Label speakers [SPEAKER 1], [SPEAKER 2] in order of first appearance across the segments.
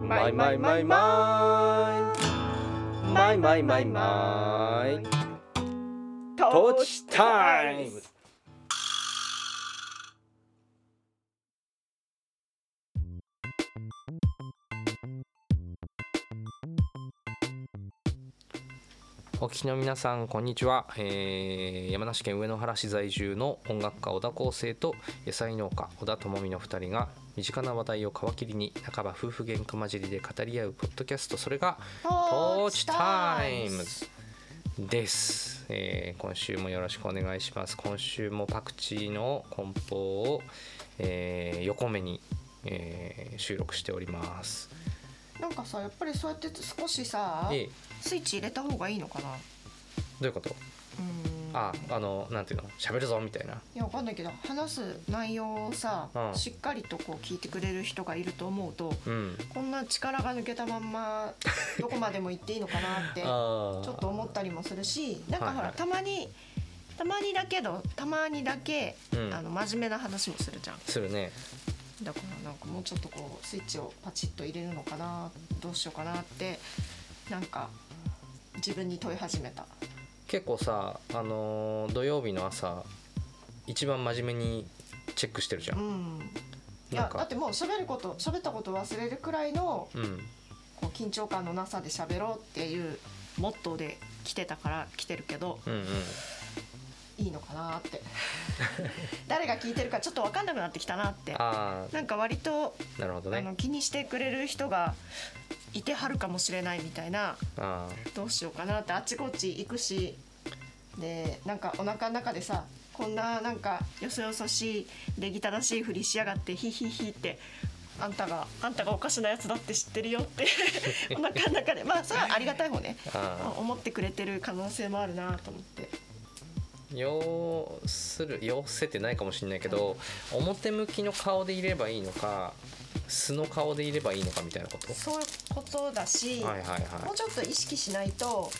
[SPEAKER 1] マイマイマイマイマイマイマイマイトーチタイム
[SPEAKER 2] お聞きの皆さんこんにちは、えー山梨県上野原市在住の音楽家小田康生と野菜農家小田智美の2人が身近な話題を皮切りに半ば夫婦喧嘩混じりで語り合うポッドキャストそれが
[SPEAKER 3] ト
[SPEAKER 2] 「トーチタイムズ」です、えー今週もよろしくお願いします今週もパクチーの梱包を、えー横目に、えー収録しております、
[SPEAKER 3] なんかさやっぱりそうやって少しさ
[SPEAKER 2] えー
[SPEAKER 3] スイッチ入れた方がいいのかなう
[SPEAKER 2] どういうこと
[SPEAKER 3] ーん
[SPEAKER 2] ああのなんていうの喋るぞみたいない
[SPEAKER 3] やわかんないけど話す内容をさ、
[SPEAKER 2] うん
[SPEAKER 3] しっかりとこう聞いてくれる人がいると思うと
[SPEAKER 2] うん
[SPEAKER 3] こんな力が抜けたまん まどこまでも行っていいのかなってちょ
[SPEAKER 2] あー
[SPEAKER 3] っと思ったりもするしなんかほら、
[SPEAKER 2] はいはい
[SPEAKER 3] たまにたまにだけどたまにだけ、
[SPEAKER 2] うん
[SPEAKER 3] あの真面目な話もするじゃん
[SPEAKER 2] するね
[SPEAKER 3] だからなんかもうちょっとこうスイッチをパチッと入れるのかなどうしようかなってなんか自分に問い始めた
[SPEAKER 2] 結構さあのー土曜日の朝一番真面目にチェックしてるじゃ、
[SPEAKER 3] うんんいや
[SPEAKER 2] なん
[SPEAKER 3] だ
[SPEAKER 2] か
[SPEAKER 3] ってもう喋ること喋ったこと忘れるくらいの
[SPEAKER 2] うん
[SPEAKER 3] こう緊張感のなさで喋ろうっていうモットーで来てたから来てるけど
[SPEAKER 2] うんうん
[SPEAKER 3] いいのかなって 誰が聞いてるかちょっと分かんなくなってきたなって
[SPEAKER 2] あ
[SPEAKER 3] なんか割と、
[SPEAKER 2] あなるほど
[SPEAKER 3] あ
[SPEAKER 2] ね
[SPEAKER 3] の気にしてくれる人がいてはるかもしれないみたいな
[SPEAKER 2] あ
[SPEAKER 3] どうしようかなってあっちこっち行くしでなんかお腹の中でさこんななんかよそよそしい礼儀正しいふりしやがってヒヒヒってあんたがあんたがおかしなやつだって知ってるよって お腹の中でまあそれはありがたい方ね
[SPEAKER 2] ーあ
[SPEAKER 3] 思ってくれてる可能性もあるなと思って
[SPEAKER 2] ー要する要せてないかもしれないけど表向きの顔でいればいいのか素の顔でいればいいのかみたいなこと
[SPEAKER 3] そういうことだし、
[SPEAKER 2] はいはいはい
[SPEAKER 3] もうちょっと意識しないと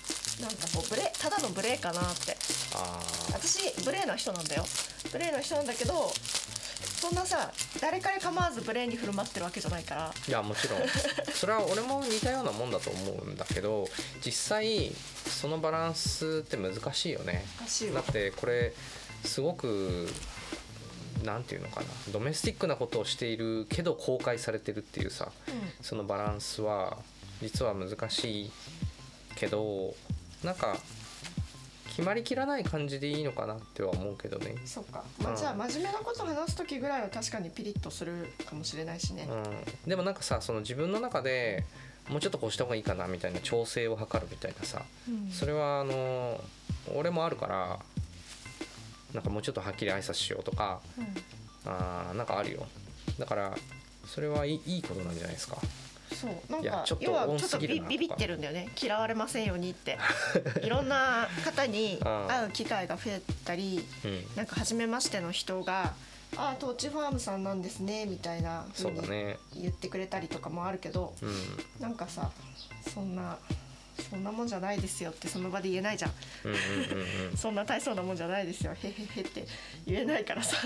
[SPEAKER 3] なんかこうブレただのブレーかなって
[SPEAKER 2] あ
[SPEAKER 3] 私無礼な人なんだよ無礼な人なんだけどそんなさ誰かに構わず無礼に振る舞ってるわけじゃないから
[SPEAKER 2] ーいやもちろんそれは俺も似たようなもんだと思うんだけど実際そのバランスって難しいよね
[SPEAKER 3] おかしい
[SPEAKER 2] だ
[SPEAKER 3] わ
[SPEAKER 2] ってこれすごくなんていうのかなドメスティックなことをしているけど公開されてるっていうさ
[SPEAKER 3] う
[SPEAKER 2] そのバランスは実は難しいけどなんか決まりきらない感じでいいのかなっては思うけどね。
[SPEAKER 3] んそっか、ま
[SPEAKER 2] う
[SPEAKER 3] あ、
[SPEAKER 2] ん
[SPEAKER 3] じゃあ真面目なこと話す時ぐらいは確かにピリッとするかもしれないしね、
[SPEAKER 2] うん、でもなんかさその自分の中でもうちょっとこうした方がいいかなみたいな調整を図るみたいなさ
[SPEAKER 3] うん
[SPEAKER 2] それはあの俺もあるからなんかもうちょっとはっきり挨拶しようとか
[SPEAKER 3] うん
[SPEAKER 2] あーなんかあるよだからそれはいいいいことなんじゃないですか
[SPEAKER 3] そうなん
[SPEAKER 2] いや
[SPEAKER 3] か
[SPEAKER 2] ちょっと
[SPEAKER 3] 要は
[SPEAKER 2] 多
[SPEAKER 3] ちょっ
[SPEAKER 2] す
[SPEAKER 3] と
[SPEAKER 2] ぎる
[SPEAKER 3] ビ
[SPEAKER 2] な
[SPEAKER 3] ビビってるんだよね嫌われませんようにって いろんな方に会う機会が増えたり
[SPEAKER 2] うん
[SPEAKER 3] なんか初めましての人が「ああトーチファームさんなんですね」みたいな風
[SPEAKER 2] そう
[SPEAKER 3] に
[SPEAKER 2] だね
[SPEAKER 3] 言ってくれたりとかもあるけど、
[SPEAKER 2] うん
[SPEAKER 3] なんかさそんなそんなもんじゃないですよってその場で言えないじゃん
[SPEAKER 2] うんうんうんうん
[SPEAKER 3] そんな大層なもんじゃないですよへへへって言えないから さ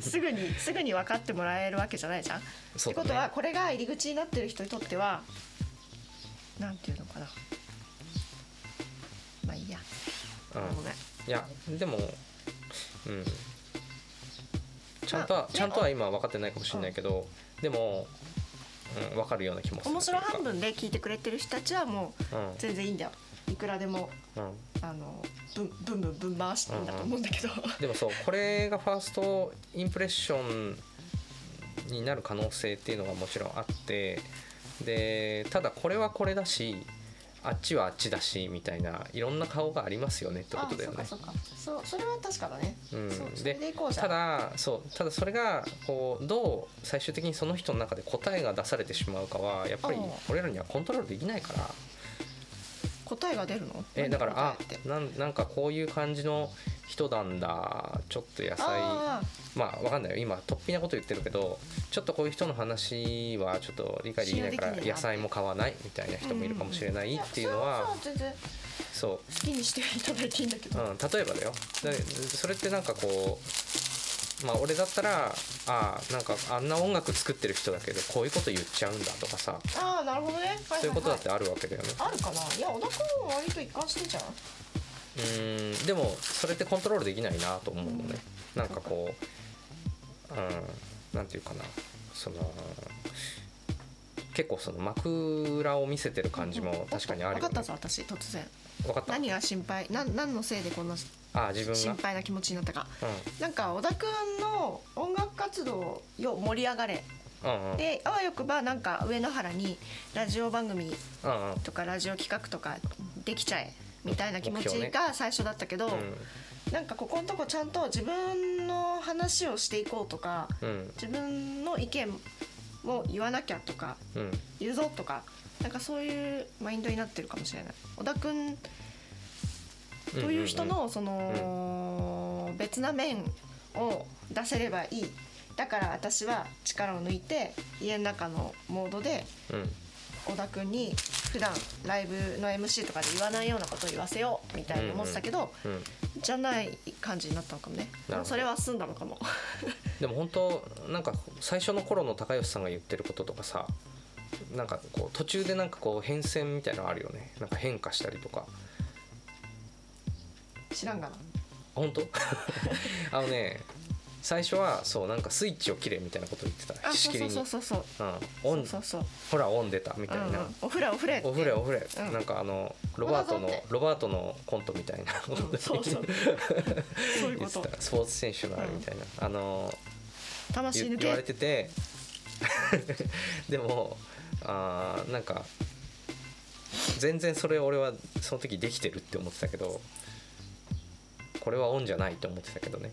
[SPEAKER 3] すぐにすぐに分かってもらえるわけじゃないじゃん。
[SPEAKER 2] そ
[SPEAKER 3] って
[SPEAKER 2] うだ
[SPEAKER 3] ことは
[SPEAKER 2] ね
[SPEAKER 3] これが入り口になってる人にとってはなんていうのかなまあいいや、
[SPEAKER 2] うん
[SPEAKER 3] ごめん
[SPEAKER 2] いやでもうんちゃんと
[SPEAKER 3] ま
[SPEAKER 2] は
[SPEAKER 3] あ
[SPEAKER 2] ちゃんとは今は分かってないかもしれないけどでもうん分かるような気もする
[SPEAKER 3] 面白半分で聞いてくれてる人たちはもう
[SPEAKER 2] うん
[SPEAKER 3] 全然いいんだよいくらでも
[SPEAKER 2] うん
[SPEAKER 3] あのぶんぶんぶんぶん回していいんだと思うんだけど、
[SPEAKER 2] でもそうこれがファーストインプレッションになる可能性っていうのがもちろんあってでただこれはこれだしあっちはあっちだしみたいないろんな顔がありますよねってことだよね
[SPEAKER 3] あ。そうかそうかそうそれは確かだね、
[SPEAKER 2] うん
[SPEAKER 3] そう
[SPEAKER 2] で
[SPEAKER 3] それでいこうじゃん
[SPEAKER 2] ただそうただそれがこうどう最終的にその人の中で答えが出されてしまうかはやっぱり
[SPEAKER 3] うん
[SPEAKER 2] 俺らにはコントロールできないから
[SPEAKER 3] 答えが出るの
[SPEAKER 2] えだから
[SPEAKER 3] 何
[SPEAKER 2] あ
[SPEAKER 3] 答えって
[SPEAKER 2] なんなんかこういう感じの人なんだちょっと野菜
[SPEAKER 3] あ
[SPEAKER 2] まあわかんないよ今突飛なこと言ってるけどちょっとこういう人の話はちょっと理解できないか
[SPEAKER 3] 信用でき
[SPEAKER 2] ら
[SPEAKER 3] ないな
[SPEAKER 2] 野菜も買わないみたいな人もいるかもしれな
[SPEAKER 3] あ
[SPEAKER 2] いっていうの
[SPEAKER 3] や
[SPEAKER 2] は
[SPEAKER 3] それはさ全然
[SPEAKER 2] そ
[SPEAKER 3] 好きにしていただいていいんだけ
[SPEAKER 2] う、
[SPEAKER 3] ど、
[SPEAKER 2] うん、例えばだよだそれってなんかこうまあ、俺だったらあーなんかあんな音楽作ってる人だけどこういうこと言っちゃうんだとかさ
[SPEAKER 3] ああなるほどね、はいはいはい、
[SPEAKER 2] そういうことだってあるわけだよね。
[SPEAKER 3] あるかないや小田君も割と一貫してんじゃん
[SPEAKER 2] うーんでもそれってコントロールできないなと思うのねなんかこううんなんていうかなその結構その枕を見せてる感じも確かにあ
[SPEAKER 3] 分
[SPEAKER 2] る
[SPEAKER 3] か
[SPEAKER 2] よ
[SPEAKER 3] っ
[SPEAKER 2] ね
[SPEAKER 3] たぞ私突然
[SPEAKER 2] 分かった
[SPEAKER 3] 何が心配なん何のせいでこんな
[SPEAKER 2] あー自
[SPEAKER 3] 心
[SPEAKER 2] 分が
[SPEAKER 3] 配な気持ちになったか
[SPEAKER 2] う
[SPEAKER 3] なんか小田君の音楽活動よ盛り上がれ
[SPEAKER 2] んうんうんうん
[SPEAKER 3] であわよくばなんか上野原にラジオ番組
[SPEAKER 2] うん
[SPEAKER 3] とかラジオ企画とかできちゃえみたいな気持ち
[SPEAKER 2] 目標
[SPEAKER 3] が最初だったけど、なんかここのとこちゃんと自分の話をしていこうとか
[SPEAKER 2] うんうん
[SPEAKER 3] 自分の意見を言わなきゃとか
[SPEAKER 2] うん
[SPEAKER 3] 言うぞとかなんかそういうマインドになってるかもしれない小田君という人のその別な面を出せればいいだから私は力を抜いて家の中のモードで
[SPEAKER 2] うん
[SPEAKER 3] 小田君に普段ライブの MC とかで言わないようなことを言わせようみたいに思ってたけど、
[SPEAKER 2] うんうん
[SPEAKER 3] じゃない感じになったのかもね
[SPEAKER 2] なるほど
[SPEAKER 3] それは済んだのかも
[SPEAKER 2] でも本当なんか最初の頃の高吉さんが言ってることとかさなんかこう途中でなんかこう変遷みたいなのあるよねなんか変化したりとか
[SPEAKER 3] 知らんがな
[SPEAKER 2] 本当 あのね最初はそうなんかスイッチを切れみたいなこと言ってた
[SPEAKER 3] あ
[SPEAKER 2] ひし
[SPEAKER 3] そう
[SPEAKER 2] きりに
[SPEAKER 3] そうそうそう
[SPEAKER 2] うん
[SPEAKER 3] そ
[SPEAKER 2] オ
[SPEAKER 3] う
[SPEAKER 2] ン
[SPEAKER 3] そうそう
[SPEAKER 2] ほらオン出たみ
[SPEAKER 3] う
[SPEAKER 2] た
[SPEAKER 3] ん
[SPEAKER 2] いうな、
[SPEAKER 3] んおふれおふれ
[SPEAKER 2] おふれおふれ、
[SPEAKER 3] うん
[SPEAKER 2] なんかあのロバートの
[SPEAKER 3] こんなぞって
[SPEAKER 2] ロバートのコントみたいな
[SPEAKER 3] うんそうそ うそういう
[SPEAKER 2] 言
[SPEAKER 3] こ
[SPEAKER 2] って
[SPEAKER 3] と
[SPEAKER 2] たスポーツ選手のあれみたいな、あの
[SPEAKER 3] 魂抜
[SPEAKER 2] 言言われ
[SPEAKER 3] け
[SPEAKER 2] てて でもあーなんか全然それ俺はその時できてるって思ってたけどこれはオンじゃないって思ってたけどね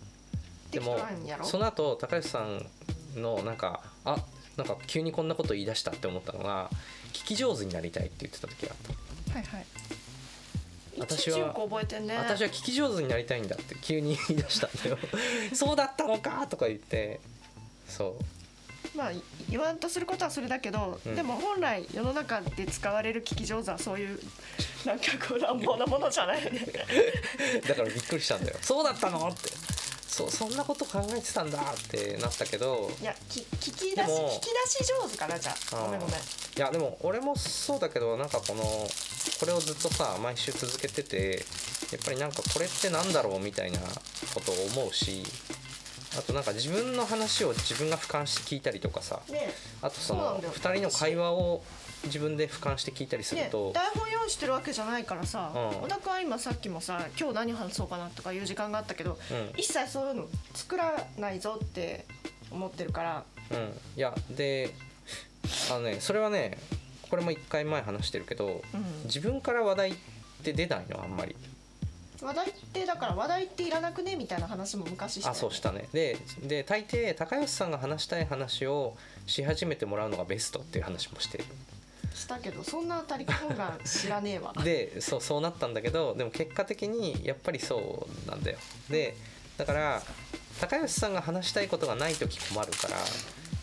[SPEAKER 2] で
[SPEAKER 3] でき
[SPEAKER 2] も
[SPEAKER 3] とらんやろ
[SPEAKER 2] その後高橋さんのなんかあなんか急にこんなこと言い出したって思ったのが聞き上手になりたいって言ってた時があっ
[SPEAKER 3] は
[SPEAKER 2] た
[SPEAKER 3] いはい
[SPEAKER 2] 私は
[SPEAKER 3] 一時よく覚えてんね
[SPEAKER 2] 私は聞き上手になりたいんだって急に言い出したん だよそうだったのかとか言ってそう
[SPEAKER 3] まあい言わんとすることはそれだけど、
[SPEAKER 2] うん
[SPEAKER 3] でも本来世の中で使われる聞き上手はそういうなんかこう乱暴なものじゃないね
[SPEAKER 2] だからびっくりしたんだよ そうだったのってそそんなこと考えてたんだってなったけど
[SPEAKER 3] いやき聞き出し聞き
[SPEAKER 2] でも
[SPEAKER 3] 出し上手かなじゃあ
[SPEAKER 2] あー
[SPEAKER 3] ごめんごめん
[SPEAKER 2] いやでも俺もそうだけどなんかこのこれをずっとさ毎週続けててやっぱりなんかこれってなんだろうみたいなことを思うしあとなんか自分の話を自分が俯瞰して聞いたりとかさ
[SPEAKER 3] ね
[SPEAKER 2] あとそ
[SPEAKER 3] そうな
[SPEAKER 2] の
[SPEAKER 3] んだよ
[SPEAKER 2] 2人の会話を自分で俯瞰して聞いたりする
[SPEAKER 3] ね
[SPEAKER 2] と、
[SPEAKER 3] 台本用意してるわけじゃないからさ、
[SPEAKER 2] うん
[SPEAKER 3] 小田君は今さっきもさ今日何話そうかなとかいう時間があったけど、
[SPEAKER 2] うん
[SPEAKER 3] 一切そういうの作らないぞって思ってるから
[SPEAKER 2] うん、いやであのねそれはねこれも1回前話してるけど
[SPEAKER 3] うん
[SPEAKER 2] 自分から話題って出ないのあんまり
[SPEAKER 3] 話題ってだから話題っていらなくねみたいな話も昔して
[SPEAKER 2] あそうしたねでで大抵高吉さんが話したい話をし始めてもらうのがベストっていう話もしてる
[SPEAKER 3] したけどそんな当たり込んが知らねえわ
[SPEAKER 2] でそうそうなったんだけどでも結果的にやっぱりそうなんだよでだから高吉さんが話したいことがない時困るから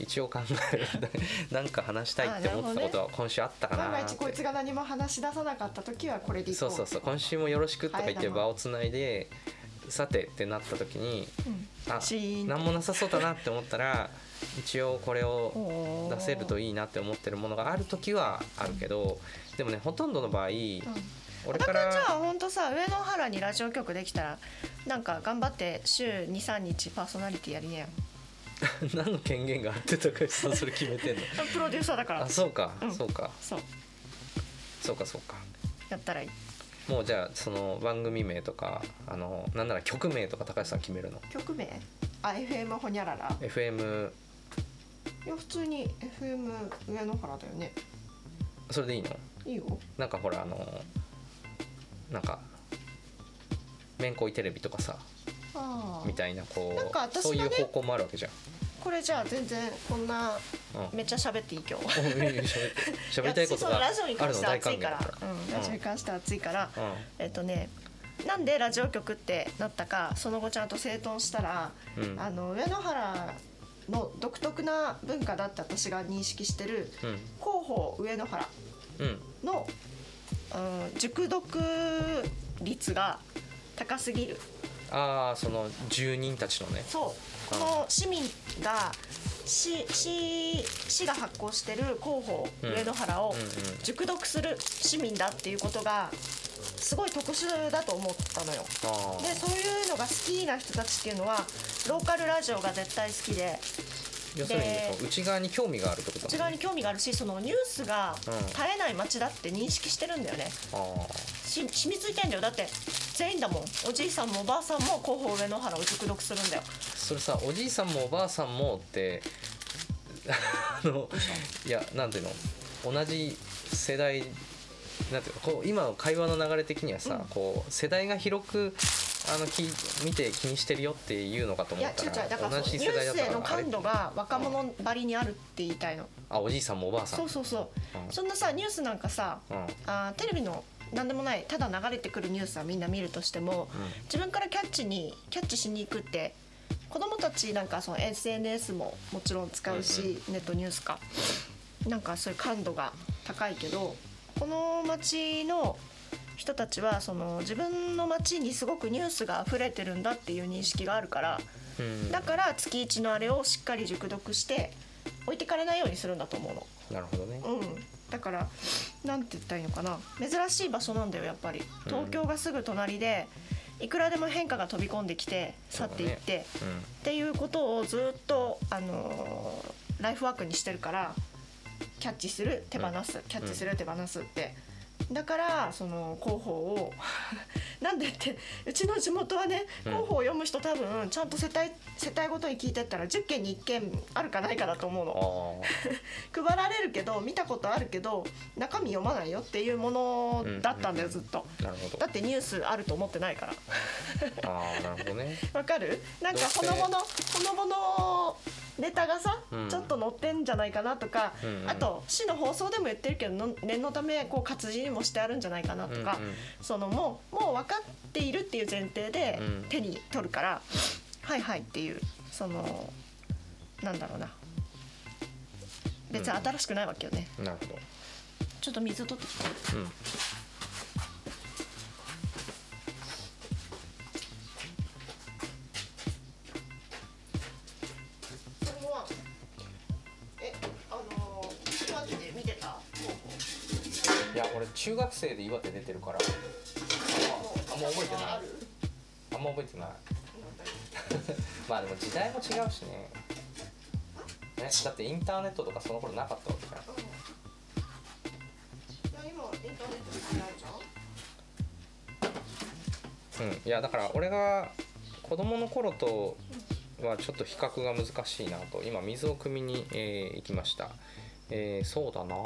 [SPEAKER 2] 一応考える なんか話したいって思ってたことは今週あったかな
[SPEAKER 3] 万が
[SPEAKER 2] っ
[SPEAKER 3] 一
[SPEAKER 2] て
[SPEAKER 3] こいつが何も話し出さなかった時はこれでいこ
[SPEAKER 2] そううそうそう今週もよろしくとか言って場をつないでさてってなった時に
[SPEAKER 3] うん
[SPEAKER 2] あ
[SPEAKER 3] シーン
[SPEAKER 2] 何もなさそうだなって思ったら一応これを
[SPEAKER 3] おー
[SPEAKER 2] 出せるといいなって思ってるものがある時はあるけどでもねほとんどの場合
[SPEAKER 3] うん
[SPEAKER 2] 俺
[SPEAKER 3] 小田
[SPEAKER 2] か
[SPEAKER 3] 君じゃあ
[SPEAKER 2] ら
[SPEAKER 3] 本当さ上野原にラジオ局できたらなんか頑張って週23日パーソナリティやりね
[SPEAKER 2] 何の権限があって高橋さんそれ決めてんの
[SPEAKER 3] えよ プロデューサーだから
[SPEAKER 2] あそうか
[SPEAKER 3] うん
[SPEAKER 2] そうか
[SPEAKER 3] そう
[SPEAKER 2] そうかそうか
[SPEAKER 3] やったらいい
[SPEAKER 2] もうじゃあその番組名とかあのなんなら曲名とか高橋さん決めるの
[SPEAKER 3] 曲名あ FM ホニャララ
[SPEAKER 2] FM
[SPEAKER 3] いや普通に FM 上野原だよね
[SPEAKER 2] それでいいの
[SPEAKER 3] いいよ
[SPEAKER 2] なんかほらあのなんか面恋テレビとかさ
[SPEAKER 3] ああ
[SPEAKER 2] みたいなこ
[SPEAKER 3] なんか
[SPEAKER 2] う
[SPEAKER 3] 私
[SPEAKER 2] そ
[SPEAKER 3] が
[SPEAKER 2] う
[SPEAKER 3] ね
[SPEAKER 2] いう方向もあるわけ じゃん。
[SPEAKER 3] これじゃあ全然こんな
[SPEAKER 2] うん
[SPEAKER 3] めっちゃ喋っていい今日
[SPEAKER 2] おいいよいいよ喋って喋りたいこと
[SPEAKER 3] や
[SPEAKER 2] が
[SPEAKER 3] そ
[SPEAKER 2] あ
[SPEAKER 3] うラジオに
[SPEAKER 2] る
[SPEAKER 3] 関
[SPEAKER 2] の
[SPEAKER 3] しては
[SPEAKER 2] 大
[SPEAKER 3] 熱
[SPEAKER 2] 歓
[SPEAKER 3] い
[SPEAKER 2] 迎
[SPEAKER 3] か
[SPEAKER 2] だ
[SPEAKER 3] ら
[SPEAKER 2] から。
[SPEAKER 3] うん、ラジオに関しては熱いから、
[SPEAKER 2] うん
[SPEAKER 3] えっとねなんでラジオ局ってなったかその後ちゃんと整頓したら、
[SPEAKER 2] うん
[SPEAKER 3] あの上野原の独特な文化だって私が認識してる
[SPEAKER 2] うん
[SPEAKER 3] 広報上野原
[SPEAKER 2] うん
[SPEAKER 3] の、うん、熟読率が高すぎる
[SPEAKER 2] ああその住人たちのね
[SPEAKER 3] そうこの市民が市市市が発行してる広報
[SPEAKER 2] うん
[SPEAKER 3] 上野原を
[SPEAKER 2] うんうん
[SPEAKER 3] 熟読する市民だっていうことがすごい特殊だと思ったのよ。
[SPEAKER 2] あ
[SPEAKER 3] でそういうのが好きな人たちっていうのはローカルラジオが絶対好きで
[SPEAKER 2] ー要するに
[SPEAKER 3] で
[SPEAKER 2] こう内側に興味があるってこと
[SPEAKER 3] 内
[SPEAKER 2] だ
[SPEAKER 3] 側
[SPEAKER 2] ね
[SPEAKER 3] に興味があるしそのニュースが
[SPEAKER 2] うん
[SPEAKER 3] 絶えない街だって認識してるんだよね。
[SPEAKER 2] あー
[SPEAKER 3] し染みついてんだよだって全員だもんおじいさんもおばあさんも広報上野原を熟読するんだよ。
[SPEAKER 2] それさおじいさんもおばあさんもって あのいやなんていうの同じ世代なんていうのこう今の会話の流れ的にはさ、
[SPEAKER 3] うん
[SPEAKER 2] こう世代が広くあのき見て気にしてるよっていうのかと
[SPEAKER 3] い
[SPEAKER 2] 思
[SPEAKER 3] や
[SPEAKER 2] った
[SPEAKER 3] 違う違
[SPEAKER 2] ら
[SPEAKER 3] うだから
[SPEAKER 2] 同
[SPEAKER 3] そ
[SPEAKER 2] じ
[SPEAKER 3] うニ
[SPEAKER 2] 世
[SPEAKER 3] ュ
[SPEAKER 2] 代だ
[SPEAKER 3] ー
[SPEAKER 2] っ
[SPEAKER 3] スへ
[SPEAKER 2] た
[SPEAKER 3] の
[SPEAKER 2] らあれ
[SPEAKER 3] 感度が若者ばりにあるって言いたいの
[SPEAKER 2] あおじいさんもおばあさん
[SPEAKER 3] そうそうそう
[SPEAKER 2] うん
[SPEAKER 3] そんなさニュースなんかさ
[SPEAKER 2] うん
[SPEAKER 3] あーテレビの何でもないただ流れてくるニュースはみんな見るとしても自分からキャッチにキャッチしに行くって子供たちなんかその SNS ももちろん使うし、ネットニュースかなんかそういう感度が高いけどこの町の人たちはその自分の町にすごくニュースが溢れてるんだっていう認識があるから
[SPEAKER 2] うん
[SPEAKER 3] だから月一のあれをしっかり熟読して置いてかれないようにするんだと思うの。
[SPEAKER 2] なるほどね
[SPEAKER 3] うん、だからなんて言ったらいいのかな珍しい場所なんだよやっぱり東京がすぐ隣でいくらでも変化が飛び込んできて去っていって、
[SPEAKER 2] うん
[SPEAKER 3] っていうことをずっと、あのーライフワークにしてるからキャッチする手放す、キャッチする手放すって。だからその広報を なんでってうちの地元はね
[SPEAKER 2] うん
[SPEAKER 3] 広報を読む人多分ちゃんと世帯世帯ごとに聞いてったら10件に1件あるかないかだと思うの
[SPEAKER 2] あ。ー
[SPEAKER 3] 配られるけど見たことあるけど中身読まないよっていうものだったんだよ、
[SPEAKER 2] うんうん
[SPEAKER 3] ず
[SPEAKER 2] うん
[SPEAKER 3] っと
[SPEAKER 2] なるほど
[SPEAKER 3] だってニュースあると思ってないから
[SPEAKER 2] あーなるほどね
[SPEAKER 3] わかるなんか
[SPEAKER 2] どう
[SPEAKER 3] ほ
[SPEAKER 2] せ
[SPEAKER 3] のぼのほのぼのネタがさ、
[SPEAKER 2] うん
[SPEAKER 3] ちょっと載ってんじゃないかなとか、
[SPEAKER 2] うんうん
[SPEAKER 3] あと市の放送でも言ってるけどの念のためこう活字にもしてあるんじゃないかなとか、
[SPEAKER 2] うんうん
[SPEAKER 3] そのもうもう分かっているっていう前提で
[SPEAKER 2] うん
[SPEAKER 3] 手に取るから、はいはいっていうそのなんだろうな別に新しくないわけよね。
[SPEAKER 2] なるほど
[SPEAKER 3] ちょっと水取ってきて。
[SPEAKER 2] うん
[SPEAKER 3] え、あのー、岩手で見てた。も
[SPEAKER 2] いや俺中学生で岩手出てるからあんま覚えてないあんま覚えてない まあでも時代も違うしねねだってインターネットとかその頃なかったわけじゃん
[SPEAKER 3] いや、今インターネットで見られちゃう。
[SPEAKER 2] うん、いやだから俺が子供の頃とはちょっと比較が難しいなと今水を汲みに、えー行きました、えーそうだなあ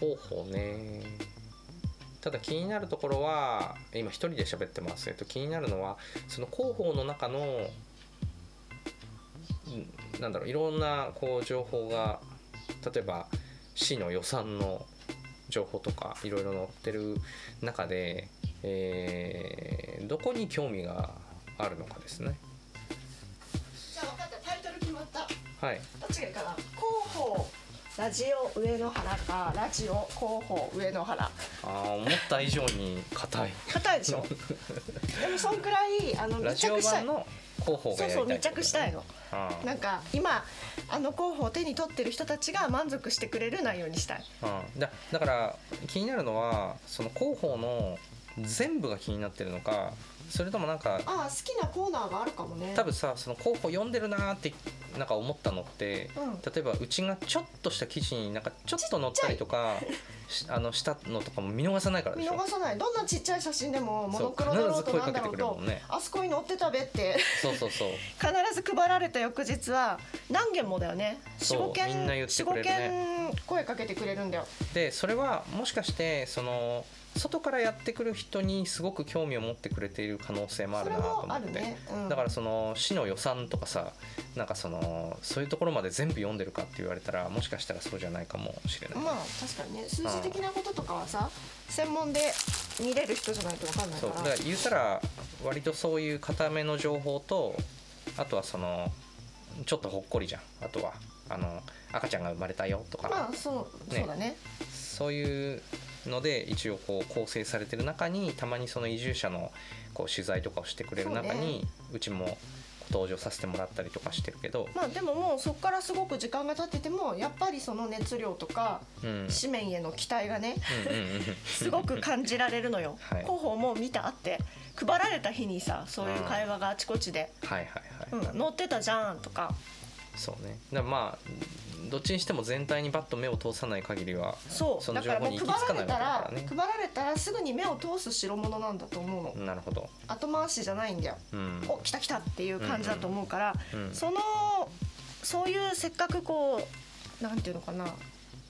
[SPEAKER 2] 広報ねただ気になるところは今一人で喋ってます、えっと、気になるのはその広報の中のうんなんだろういろんなこう情報が例えば市の予算の情報とかいろいろ載ってる中で、えーどこに興味があるのかですね。
[SPEAKER 3] じゃあ、分かった、タイトル決まった。ど
[SPEAKER 2] はい、
[SPEAKER 3] っちがいいかな。広報。ラジオ上野原か、ラジオ広報上野原。
[SPEAKER 2] あー思った以上に硬い。
[SPEAKER 3] 硬い でしょでも、そんくらい、あの、
[SPEAKER 2] ラ
[SPEAKER 3] 密
[SPEAKER 2] ジオ
[SPEAKER 3] 着した
[SPEAKER 2] 版
[SPEAKER 3] い。
[SPEAKER 2] の広報が
[SPEAKER 3] そう
[SPEAKER 2] やりたい、
[SPEAKER 3] そう、密着したい。の。
[SPEAKER 2] あ
[SPEAKER 3] なんか、今。あの候補を手に取ってる人たちが満足してくれる内容にしたい。
[SPEAKER 2] あ、うんだだから気になるのはその広報の全部が気になってるのか、それともなんか
[SPEAKER 3] ああ、好きなコーナーがあるかもね。
[SPEAKER 2] 多分さその候補読んでるなーってなんか思ったのって、
[SPEAKER 3] うん
[SPEAKER 2] 例えばうちがちょっとした記事になんかちょっと載ったりとかし あのしたのとかも見逃さないからで
[SPEAKER 3] 見
[SPEAKER 2] しょ
[SPEAKER 3] 逃さないどんなちっちゃい写真でもモノクロだろ
[SPEAKER 2] そうう必
[SPEAKER 3] と
[SPEAKER 2] ず声
[SPEAKER 3] な
[SPEAKER 2] か
[SPEAKER 3] んだ
[SPEAKER 2] けて
[SPEAKER 3] ろ
[SPEAKER 2] く
[SPEAKER 3] う
[SPEAKER 2] れる
[SPEAKER 3] と
[SPEAKER 2] もんね
[SPEAKER 3] あそこに載ってたべって
[SPEAKER 2] そうそうそう
[SPEAKER 3] 必ず配られた翌日は何件もだよね
[SPEAKER 2] そう
[SPEAKER 3] 45件
[SPEAKER 2] みんな言ってくれるね
[SPEAKER 3] 4-5件声かけてくれるんだよ
[SPEAKER 2] でそれはもしかしてその外からやってくる人にすごく興味を持ってくれている可能性もあ
[SPEAKER 3] そ
[SPEAKER 2] る
[SPEAKER 3] れ
[SPEAKER 2] なと
[SPEAKER 3] も
[SPEAKER 2] 思
[SPEAKER 3] あ
[SPEAKER 2] っ
[SPEAKER 3] る
[SPEAKER 2] て、
[SPEAKER 3] ね、うん、
[SPEAKER 2] だからその市の予算とかさなんかそのそういうところまで全部読んでるかって言われたらもしかしたらそうじゃないかもしれない、
[SPEAKER 3] まあ確かにね数字的なこととかはさ専門で見れる人じゃないと分かんないか
[SPEAKER 2] そう
[SPEAKER 3] ら
[SPEAKER 2] だから言うたら割とそういう固めの情報とあとはそのちょっとほっこりじゃんあとはあの赤ちゃんが生まれたよとか、
[SPEAKER 3] まあそう
[SPEAKER 2] ね
[SPEAKER 3] そうだね
[SPEAKER 2] そういうので一応こう構成されてる中にたまにその移住者のこう取材とかをしてくれる中
[SPEAKER 3] そう
[SPEAKER 2] にう,、ちもこう登場させてもらったりとかしてるけど、
[SPEAKER 3] まあでももうそこからすごく時間が経っててもやっぱりその熱量とか
[SPEAKER 2] うん、うんうんうん
[SPEAKER 3] 紙面への期待がね
[SPEAKER 2] うん。
[SPEAKER 3] すごく感じられるのよ
[SPEAKER 2] はい
[SPEAKER 3] 広報も見たって配られた日にさそういう会話があちこちで
[SPEAKER 2] はいは
[SPEAKER 3] 「
[SPEAKER 2] いは
[SPEAKER 3] う
[SPEAKER 2] い、
[SPEAKER 3] ん、載ってたじゃん」とか
[SPEAKER 2] そうねだからまあどっちにしても全体にバッと目を通さない限りは
[SPEAKER 3] そう
[SPEAKER 2] その
[SPEAKER 3] だからもう
[SPEAKER 2] 情報に行き着か
[SPEAKER 3] 配ら
[SPEAKER 2] ない
[SPEAKER 3] れたら、
[SPEAKER 2] わけだか
[SPEAKER 3] 配られたらすぐに目を通す代物なんだと思うの
[SPEAKER 2] なるほど、
[SPEAKER 3] 後回しじゃないんだよ
[SPEAKER 2] うん、
[SPEAKER 3] お来た来たっていう感じだと思うから、
[SPEAKER 2] うん
[SPEAKER 3] そのそういうせっかくこうなんていうのかな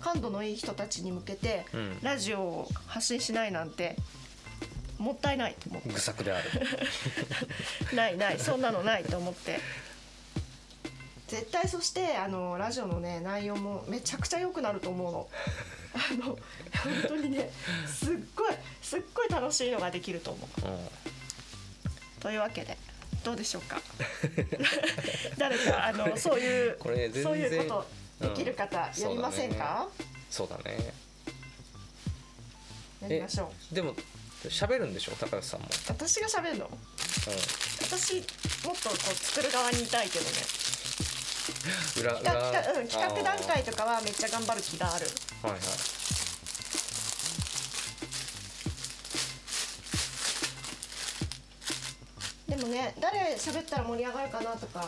[SPEAKER 3] 感度のいい人たちに向けて
[SPEAKER 2] うん
[SPEAKER 3] ラジオを発信しないなんてもったいないと思っ
[SPEAKER 2] 愚策である
[SPEAKER 3] てないないそんなのないと思って絶対そしてあのラジオのね内容もめちゃくちゃ良くなると思うの。あの本当にねすっごいすっごい楽しいのができると思う。
[SPEAKER 2] うん
[SPEAKER 3] というわけでどうでしょう か誰かあのそういう
[SPEAKER 2] これ全然
[SPEAKER 3] そういうことできる方や
[SPEAKER 2] うん
[SPEAKER 3] りませんか、
[SPEAKER 2] そうだね
[SPEAKER 3] やりましょう
[SPEAKER 2] でも喋るんでしょ高橋さんも、
[SPEAKER 3] 私が喋るの
[SPEAKER 2] う
[SPEAKER 3] 私もっとこう作る側にいたいけどね
[SPEAKER 2] ん、裏
[SPEAKER 3] 企画
[SPEAKER 2] 裏
[SPEAKER 3] うん、企画段階
[SPEAKER 2] あ
[SPEAKER 3] とかはめっちゃ頑張る気がある
[SPEAKER 2] ーはいはい
[SPEAKER 3] でもね誰喋ったら盛り上がるかなとか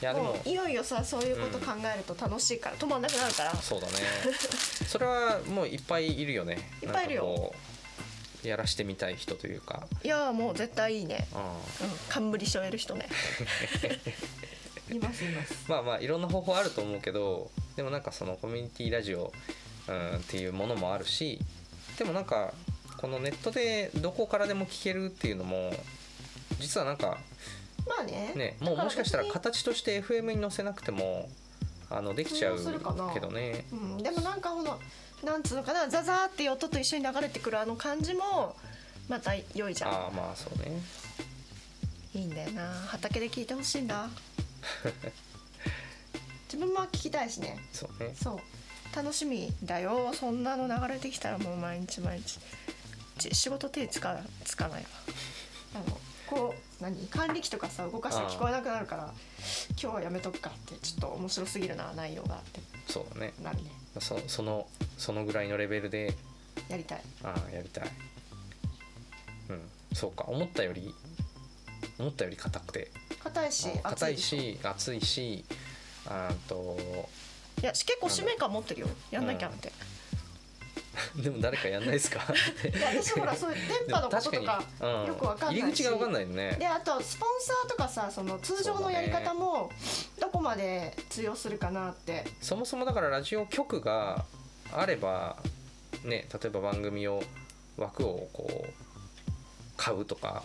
[SPEAKER 2] いやでも
[SPEAKER 3] ういよいよさそういうこと考えると楽しいから、止まんなくなるから
[SPEAKER 2] そうだね それはもういっぱいいるよね
[SPEAKER 3] いっぱいいるよ
[SPEAKER 2] なんかこうやらしてみたい人というか、
[SPEAKER 3] いやーもう絶対いいね、
[SPEAKER 2] うん、
[SPEAKER 3] うん、冠しょえる 人ねいますいます
[SPEAKER 2] まあまあいろんな方法あると思うけどでもなんかそのコミュニティラジオ、うん、っていうものもあるしでもなんかこのネットでどこからでも聞けるっていうのも実はなんか
[SPEAKER 3] まあね
[SPEAKER 2] ねもう
[SPEAKER 3] だら
[SPEAKER 2] もしかしたら
[SPEAKER 3] 別に
[SPEAKER 2] 形として FM に載せなくてもあのできちゃう
[SPEAKER 3] 通用するかな
[SPEAKER 2] けどね
[SPEAKER 3] うん、でもなんかこのなんつうのかなザザーっていう音と一緒に流れてくるあの感じもまた良いじゃ
[SPEAKER 2] ああまあそうね
[SPEAKER 3] んいいんだよな畑で聞いてほしいん だ自分も聞きたいしね
[SPEAKER 2] そうね
[SPEAKER 3] そう楽しみだよそんなの流れてきたらもう毎日毎日ち仕事手つかつかないわあのこう何管理機とかさ動かしたら聞こえなくなるから今日はやめとくかってちょっと面白すぎるな内容がって
[SPEAKER 2] そうだね
[SPEAKER 3] なるね
[SPEAKER 2] そそのそのぐらいのレベルで
[SPEAKER 3] やりたい
[SPEAKER 2] ああやりたいうんそうか思ったより思ったより硬くて
[SPEAKER 3] 硬いし
[SPEAKER 2] あ硬
[SPEAKER 3] 熱
[SPEAKER 2] いし熱いしあーっと
[SPEAKER 3] いやし結構使命感持ってるよやんなきゃって、
[SPEAKER 2] でも誰かやんないですか
[SPEAKER 3] いや私ほらそういう電波のこととか
[SPEAKER 2] うん
[SPEAKER 3] よくわかんないし
[SPEAKER 2] 入り口がわかんないよ
[SPEAKER 3] で
[SPEAKER 2] ね
[SPEAKER 3] あとスポンサーとかさその通常のやり方もどこまで通用するかなって
[SPEAKER 2] そもそもだからラジオ局があればね例えば番組を枠をこう買うとか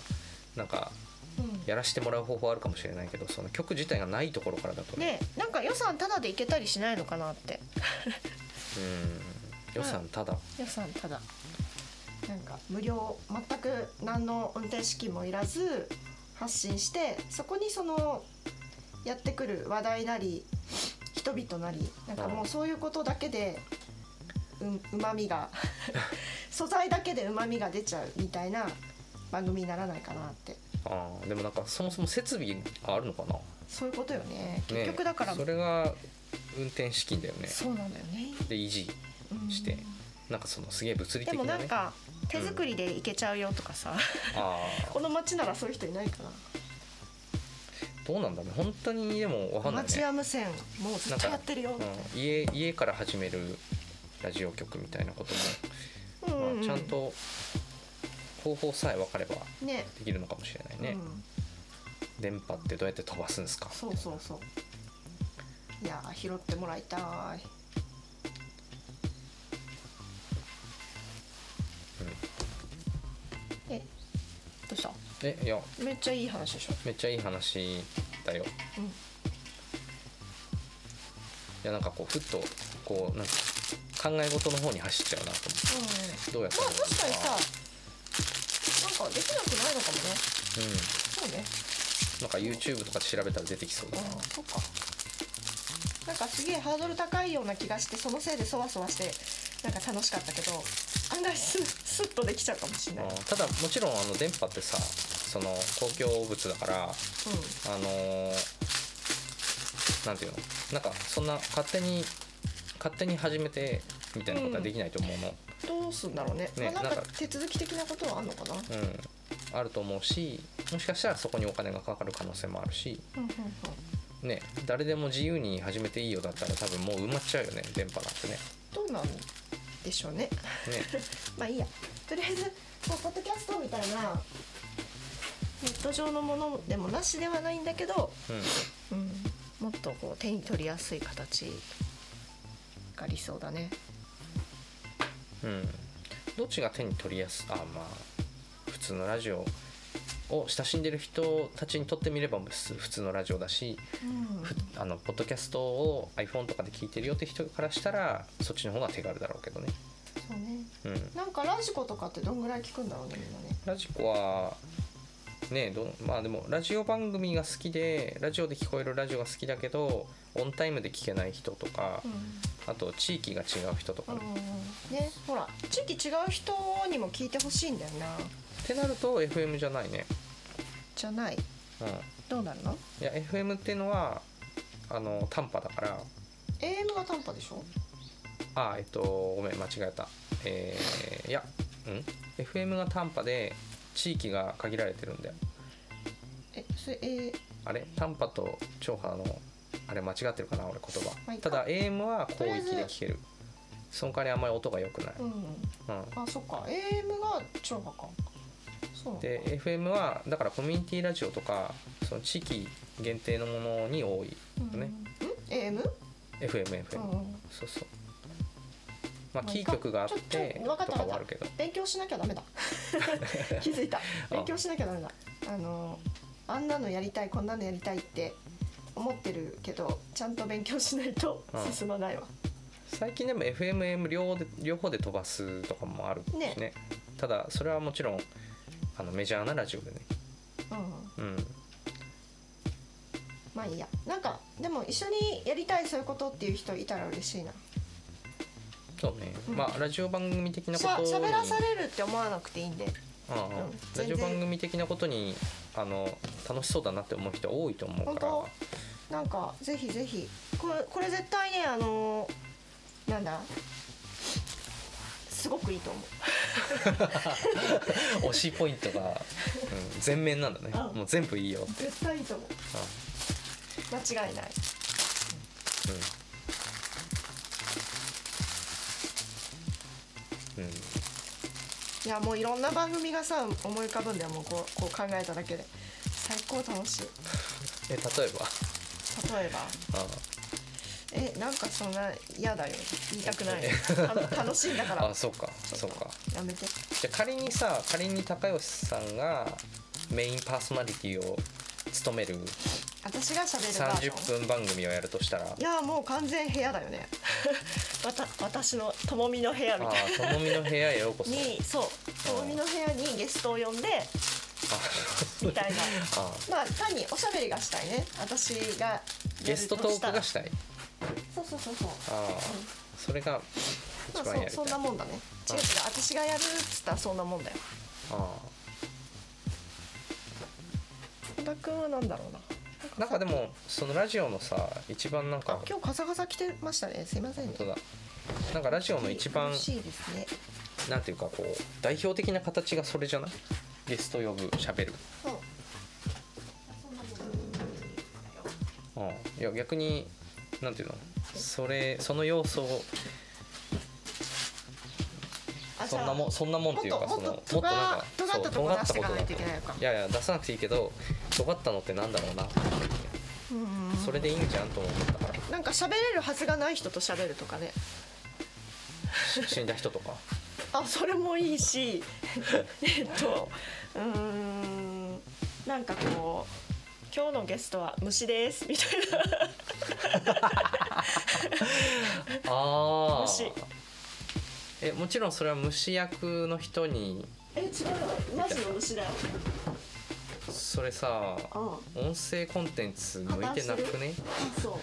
[SPEAKER 2] なんか
[SPEAKER 3] うん
[SPEAKER 2] やらしてもらう方法あるかもしれないけどその局自体がないところからだとね
[SPEAKER 3] ねなんか予算タダでいけたりしないのかなって
[SPEAKER 2] うん予算ただ、
[SPEAKER 3] 予算タダなんか無料全く何の運転資金もいらず発信してそこにそのやってくる話題なり人々なりなんかもうそういうことだけでうまみ が素材だけでうまみが出ちゃうみたいな番組にならないかなって
[SPEAKER 2] あーでもなんかそもそも設備があるのかな、ね
[SPEAKER 3] そういうことよね
[SPEAKER 2] え
[SPEAKER 3] 結局だから、
[SPEAKER 2] それが運転資金だよね
[SPEAKER 3] そうなんだよね、
[SPEAKER 2] で維持
[SPEAKER 3] うん
[SPEAKER 2] してなんかそのすげえ物理
[SPEAKER 3] で
[SPEAKER 2] 的な、
[SPEAKER 3] も
[SPEAKER 2] ね、
[SPEAKER 3] なんか手作りでいけちゃうよとかさ、
[SPEAKER 2] あ
[SPEAKER 3] この町ならそういう人いないかな
[SPEAKER 2] ーどうなんだろうね本当にでもわかんない
[SPEAKER 3] 町
[SPEAKER 2] ね、
[SPEAKER 3] 屋無線もうずっとやってるよって
[SPEAKER 2] うん、家家から始めるラジオ局みたいなこと
[SPEAKER 3] うん
[SPEAKER 2] も、
[SPEAKER 3] うんう
[SPEAKER 2] まあ、
[SPEAKER 3] ん
[SPEAKER 2] ちゃんと方法さえ分かればで
[SPEAKER 3] ね
[SPEAKER 2] きるのかもしれないね、
[SPEAKER 3] うん、
[SPEAKER 2] 電波ってどうやって飛ばすんですか
[SPEAKER 3] そうそうそういやー拾ってもらいたいえどうした
[SPEAKER 2] えいや
[SPEAKER 3] めっちゃいい話でしょ
[SPEAKER 2] めっちゃいい話だよ
[SPEAKER 3] うん
[SPEAKER 2] いやなんかこうふっとこうなんか考え事の方に走っちゃうなと思って
[SPEAKER 3] うん
[SPEAKER 2] どうやって
[SPEAKER 3] まあ
[SPEAKER 2] やるの
[SPEAKER 3] 確かにさなんかできなくないのかもね
[SPEAKER 2] う
[SPEAKER 3] そうね
[SPEAKER 2] ん、なんか YouTube とかで調べたら出てきそうだな、
[SPEAKER 3] うんそっかなんかすげえハードル高いような気がしてそのせいでそわそわしてなんか楽しかったけど案外ススッとできちゃうかもしれない
[SPEAKER 2] あーただもちろんあの電波ってさその東京物だからあのーなんていうのなんかそんな勝手に勝手に始めてみたいなことはできないと思うの、
[SPEAKER 3] うん、どうすんだろうね
[SPEAKER 2] ね
[SPEAKER 3] まあ、なん
[SPEAKER 2] な
[SPEAKER 3] か
[SPEAKER 2] んか
[SPEAKER 3] 手続き的なことはあんのかな、
[SPEAKER 2] うんあると思うしもしかしたらそこにお金がかかる可能性もあるし、
[SPEAKER 3] うんうんうん、
[SPEAKER 2] ね、誰でも自由に始めていいよだったら多分もう埋まっちゃうよね電波なんてね
[SPEAKER 3] どうなんでしょうね
[SPEAKER 2] ね
[SPEAKER 3] まあいいやとりあえず、まあ、ポッドキャストみたいなネット上のものでもなしではないんだけど、
[SPEAKER 2] う
[SPEAKER 3] うん、もっとこう手に取りやすい形が理想だね
[SPEAKER 2] んうんどっちが手に取りやすあまあ普通のラジオを親しんでる人たちにとってみれば普普通のラジオだしふあのポッドキャストを iPhone とかで聞いてるよって人からしたらそっちの方が手軽だろうけどね、
[SPEAKER 3] そうね
[SPEAKER 2] うん、
[SPEAKER 3] なんかラジコとかってどんぐらい聞くんだろうねみんなね
[SPEAKER 2] ラジコはねどうまあでもラジオ番組が好きでラジオで聞こえるラジオが好きだけどオンタイムで聞けない人とかあと地域が違う人とか、
[SPEAKER 3] うん、う
[SPEAKER 2] っ
[SPEAKER 3] んねほら地域違う人にも聞いてほしいんだよな
[SPEAKER 2] てなると FM じゃないね、
[SPEAKER 3] じゃない
[SPEAKER 2] うん、い
[SPEAKER 3] どうなるの
[SPEAKER 2] や FM っていうのはあの短波だから
[SPEAKER 3] AM が短波でしょ
[SPEAKER 2] あえっとごめん間違えたえーいやうん FM が短波で地域が限られてるんだよ
[SPEAKER 3] えそれ A
[SPEAKER 2] あれ短波と長波のあれ間違ってるかな俺言
[SPEAKER 3] まあい
[SPEAKER 2] 葉
[SPEAKER 3] い
[SPEAKER 2] た
[SPEAKER 3] か
[SPEAKER 2] だ AM は広域で聞けるその代わりあんまり音が良くない、
[SPEAKER 3] うん
[SPEAKER 2] う、
[SPEAKER 3] あそっか AM が超波かそうなんんだ
[SPEAKER 2] で FM はだからコミュニティラジオとかその地域限定のものに多い、
[SPEAKER 3] うん
[SPEAKER 2] ね
[SPEAKER 3] うん AM?
[SPEAKER 2] FMFM、
[SPEAKER 3] うんうん
[SPEAKER 2] そうそうまあ
[SPEAKER 3] まあ
[SPEAKER 2] キー局があっ
[SPEAKER 3] ちょち
[SPEAKER 2] て
[SPEAKER 3] ょわかった
[SPEAKER 2] とかはあるけど
[SPEAKER 3] 勉強しなきゃダメだ気づいた勉強しなきゃダメだあのあんなのやりたいこんなのやりたいって思ってるけどちゃんと勉強しないと
[SPEAKER 2] うん
[SPEAKER 3] 進まないわ、
[SPEAKER 2] 最近でも FMM 両で両方で飛ばすとかもあるしね
[SPEAKER 3] ね
[SPEAKER 2] ただそれはもちろんあのメジャーなラジオでね
[SPEAKER 3] うん、
[SPEAKER 2] うん
[SPEAKER 3] まあいいやなんかでも一緒にやりたいそういうことっていう人いたら嬉しいな
[SPEAKER 2] そうね、
[SPEAKER 3] うん
[SPEAKER 2] まあラジオ番組的なこ
[SPEAKER 3] し
[SPEAKER 2] と
[SPEAKER 3] ゃ
[SPEAKER 2] に
[SPEAKER 3] 喋らされるって思わなくていいんで
[SPEAKER 2] うんうん
[SPEAKER 3] うん
[SPEAKER 2] ラジオ
[SPEAKER 3] 全然
[SPEAKER 2] 番組的なことにあの楽しそうだなって思う人多いと思うから
[SPEAKER 3] 本なんかぜひぜひこれこれ絶対ねあのなんだすごくいいと思う
[SPEAKER 2] 推しポイントが、うん、全面なんだね
[SPEAKER 3] うん
[SPEAKER 2] もう全部いいよ、うん
[SPEAKER 3] 絶対いいと思う間違いない
[SPEAKER 2] うん
[SPEAKER 3] いやもういろんな番組がさ思い浮かぶんだよもうこうこう考えただけで最高楽しい
[SPEAKER 2] え例えば
[SPEAKER 3] 例えば
[SPEAKER 2] あ
[SPEAKER 3] えなんかそんな嫌だよ言いたく ないた楽しいんだか
[SPEAKER 2] あ
[SPEAKER 3] ら
[SPEAKER 2] あそうかそうか
[SPEAKER 3] やめて
[SPEAKER 2] じゃあ仮にさ仮に高吉さんがメインパーソナリティを務める
[SPEAKER 3] 私が喋るバージョン
[SPEAKER 2] 30分番組をやるとしたらあ
[SPEAKER 3] いやもう完全部屋だよ ねわた私のともみの部屋みたい
[SPEAKER 2] あともみの部屋へようこ そ
[SPEAKER 3] にそうともみの部屋にゲストを呼んでみたいな
[SPEAKER 2] ああ
[SPEAKER 3] まあ単におしゃべりがしたいね私が
[SPEAKER 2] ゲストトークが
[SPEAKER 3] し
[SPEAKER 2] したい
[SPEAKER 3] そうそうそうそう
[SPEAKER 2] ああそれが
[SPEAKER 3] ま
[SPEAKER 2] 一
[SPEAKER 3] あ、
[SPEAKER 2] 番やりた
[SPEAKER 3] そ
[SPEAKER 2] い
[SPEAKER 3] そんなもんだね違う違う私がやるっつったらそんなもんだよ
[SPEAKER 2] あ
[SPEAKER 3] 小田君はなんだろうな
[SPEAKER 2] あなんかでもそのラジオのさ一番なん
[SPEAKER 3] あ
[SPEAKER 2] か
[SPEAKER 3] 今日カサカサ着てましたねすいませんね
[SPEAKER 2] 本当だなんかラジオの一番
[SPEAKER 3] 楽しいですね
[SPEAKER 2] なんていうかこう代表的な形がそれじゃないゲスト呼ぶ喋る
[SPEAKER 3] そう
[SPEAKER 2] うんいや逆になんていうのそれその要素を
[SPEAKER 3] あ
[SPEAKER 2] そんなもんそんなもんっていうか
[SPEAKER 3] も
[SPEAKER 2] そ
[SPEAKER 3] っと
[SPEAKER 2] のもっ
[SPEAKER 3] も
[SPEAKER 2] と
[SPEAKER 3] っと
[SPEAKER 2] なん
[SPEAKER 3] 尖
[SPEAKER 2] か
[SPEAKER 3] っ
[SPEAKER 2] そう
[SPEAKER 3] 尖ったとこ出していか
[SPEAKER 2] 尖
[SPEAKER 3] ない
[SPEAKER 2] っ
[SPEAKER 3] といけないのか
[SPEAKER 2] いやいや出さなくていいけど尖ったのってなんだろうなって思って
[SPEAKER 3] うんうんうん
[SPEAKER 2] それでいいんじゃんと思っ たから
[SPEAKER 3] なんか喋れるはずがない人と喋るとかね
[SPEAKER 2] し死んだ人 とか
[SPEAKER 3] あそれもいいし えっとうーんなんかこう今日のゲストは虫ですみたいな
[SPEAKER 2] ああ
[SPEAKER 3] 虫
[SPEAKER 2] えもちろんそれは虫役の人に
[SPEAKER 3] え違うマジの虫だよ
[SPEAKER 2] それさ
[SPEAKER 3] うん
[SPEAKER 2] 音声コンテンツ向いてなくね
[SPEAKER 3] あそう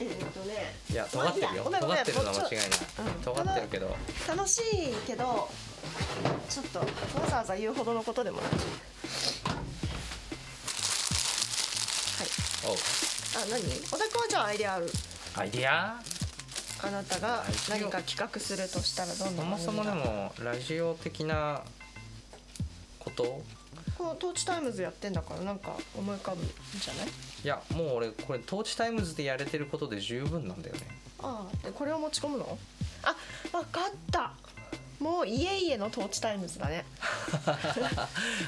[SPEAKER 3] えーっとね
[SPEAKER 2] いや尖ってる
[SPEAKER 3] まあいいや
[SPEAKER 2] よ
[SPEAKER 3] ごめんごめん
[SPEAKER 2] 尖ってるのは間違いない
[SPEAKER 3] うん
[SPEAKER 2] 尖ってるけど
[SPEAKER 3] 楽しいけどちょっとわざわざ言うほどのことでもないあ何小田君はじゃあアイデアある
[SPEAKER 2] アイディア
[SPEAKER 3] あなたが何か企画するとしたらどん
[SPEAKER 2] そ
[SPEAKER 3] な
[SPEAKER 2] もそもでもラジオ的なこと
[SPEAKER 3] このトーチタイムズやってんだからなんか思い浮かぶんじゃない
[SPEAKER 2] いやもう俺これトーチタイムズでやれてることで十分なんだよね
[SPEAKER 3] ああでこれを持ち込むのあ分かったもう家々のトーチタイムズだね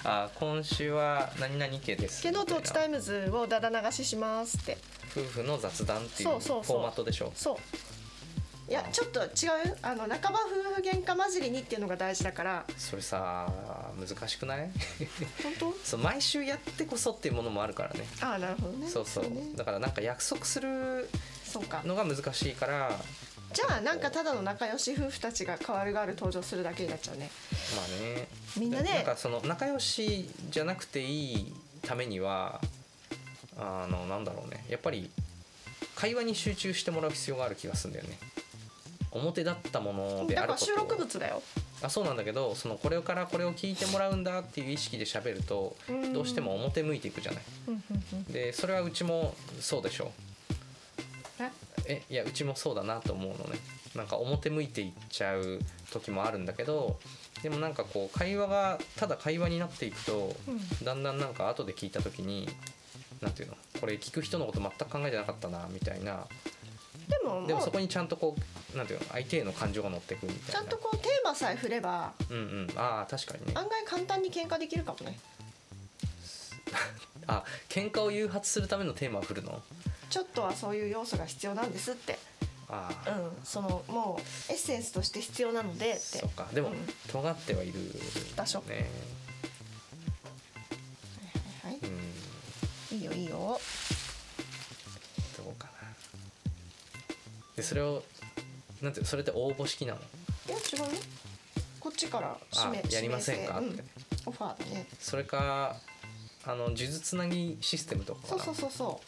[SPEAKER 2] あ今週は何々家です
[SPEAKER 3] けどトーチタイ
[SPEAKER 2] ム
[SPEAKER 3] ムズをだだ流ししますって
[SPEAKER 2] 夫婦の雑談っていうフ
[SPEAKER 3] そうそ
[SPEAKER 2] ォ
[SPEAKER 3] うそう
[SPEAKER 2] ーマットでしょ
[SPEAKER 3] そういやちょっと違うよあの半ば夫婦喧嘩混じりにっていうのが大事だから
[SPEAKER 2] それさ難しくない
[SPEAKER 3] 本当
[SPEAKER 2] そう毎週やってこそっていうものもあるからね
[SPEAKER 3] ああなるほどね
[SPEAKER 2] そうそう
[SPEAKER 3] ね
[SPEAKER 2] だからなんか約束する
[SPEAKER 3] そうか
[SPEAKER 2] のが難しいから
[SPEAKER 3] じゃあなんかただの仲良し夫婦たちが代わる代わる登場するだけになっちゃうね
[SPEAKER 2] まあね
[SPEAKER 3] みんなね
[SPEAKER 2] なんかその仲良しじゃなくていいためにはあのなんだろうねやっぱり会話に集中してもらう必要がある気がするんだよね表だったもので
[SPEAKER 3] だ
[SPEAKER 2] あ
[SPEAKER 3] から
[SPEAKER 2] ること
[SPEAKER 3] 収録物だよ
[SPEAKER 2] あそうなんだけどそのこれからこれを聞いてもらうんだっていう意識で喋ると
[SPEAKER 3] うん
[SPEAKER 2] どうしても表向いていくじゃないでそれはうちもそうでしょ
[SPEAKER 3] え
[SPEAKER 2] えいやうちもそうだなと思うのねなんか表向いていっちゃう時もあるんだけどでもなんかこう会話がただ会話になっていくとだんだんなんか後で聞いた時になんていうのこれ聞く人のこと全く考えてなかったなみたいな
[SPEAKER 3] でももう
[SPEAKER 2] でもそこにちゃんとこうなんていうの相手への感情が乗ってくみたいな
[SPEAKER 3] ちゃんとこうテーマさえ振れば
[SPEAKER 2] うんうんああ確かにね
[SPEAKER 3] 案外簡単に喧嘩できるかもね
[SPEAKER 2] あ喧嘩を誘発するためのテーマを振るの
[SPEAKER 3] ちょっとはそういう要素が必要なんですって
[SPEAKER 2] あ
[SPEAKER 3] う
[SPEAKER 2] あ、
[SPEAKER 3] んそのもうエッセンスとして必要なのでって
[SPEAKER 2] そうかでも、
[SPEAKER 3] うん
[SPEAKER 2] 尖ってはいる
[SPEAKER 3] 多少
[SPEAKER 2] ね
[SPEAKER 3] はいは
[SPEAKER 2] うん
[SPEAKER 3] いいいよいいよ
[SPEAKER 2] どうかなでそれをなんていうのそれって応募式なの
[SPEAKER 3] いや違うねこっちから指
[SPEAKER 2] あ
[SPEAKER 3] 名
[SPEAKER 2] やりませんかっ
[SPEAKER 3] 指名
[SPEAKER 2] て、
[SPEAKER 3] 制うんオファーだね
[SPEAKER 2] それかあの数珠つなぎシステムと
[SPEAKER 3] そ
[SPEAKER 2] かか
[SPEAKER 3] う
[SPEAKER 2] な
[SPEAKER 3] そうそうそ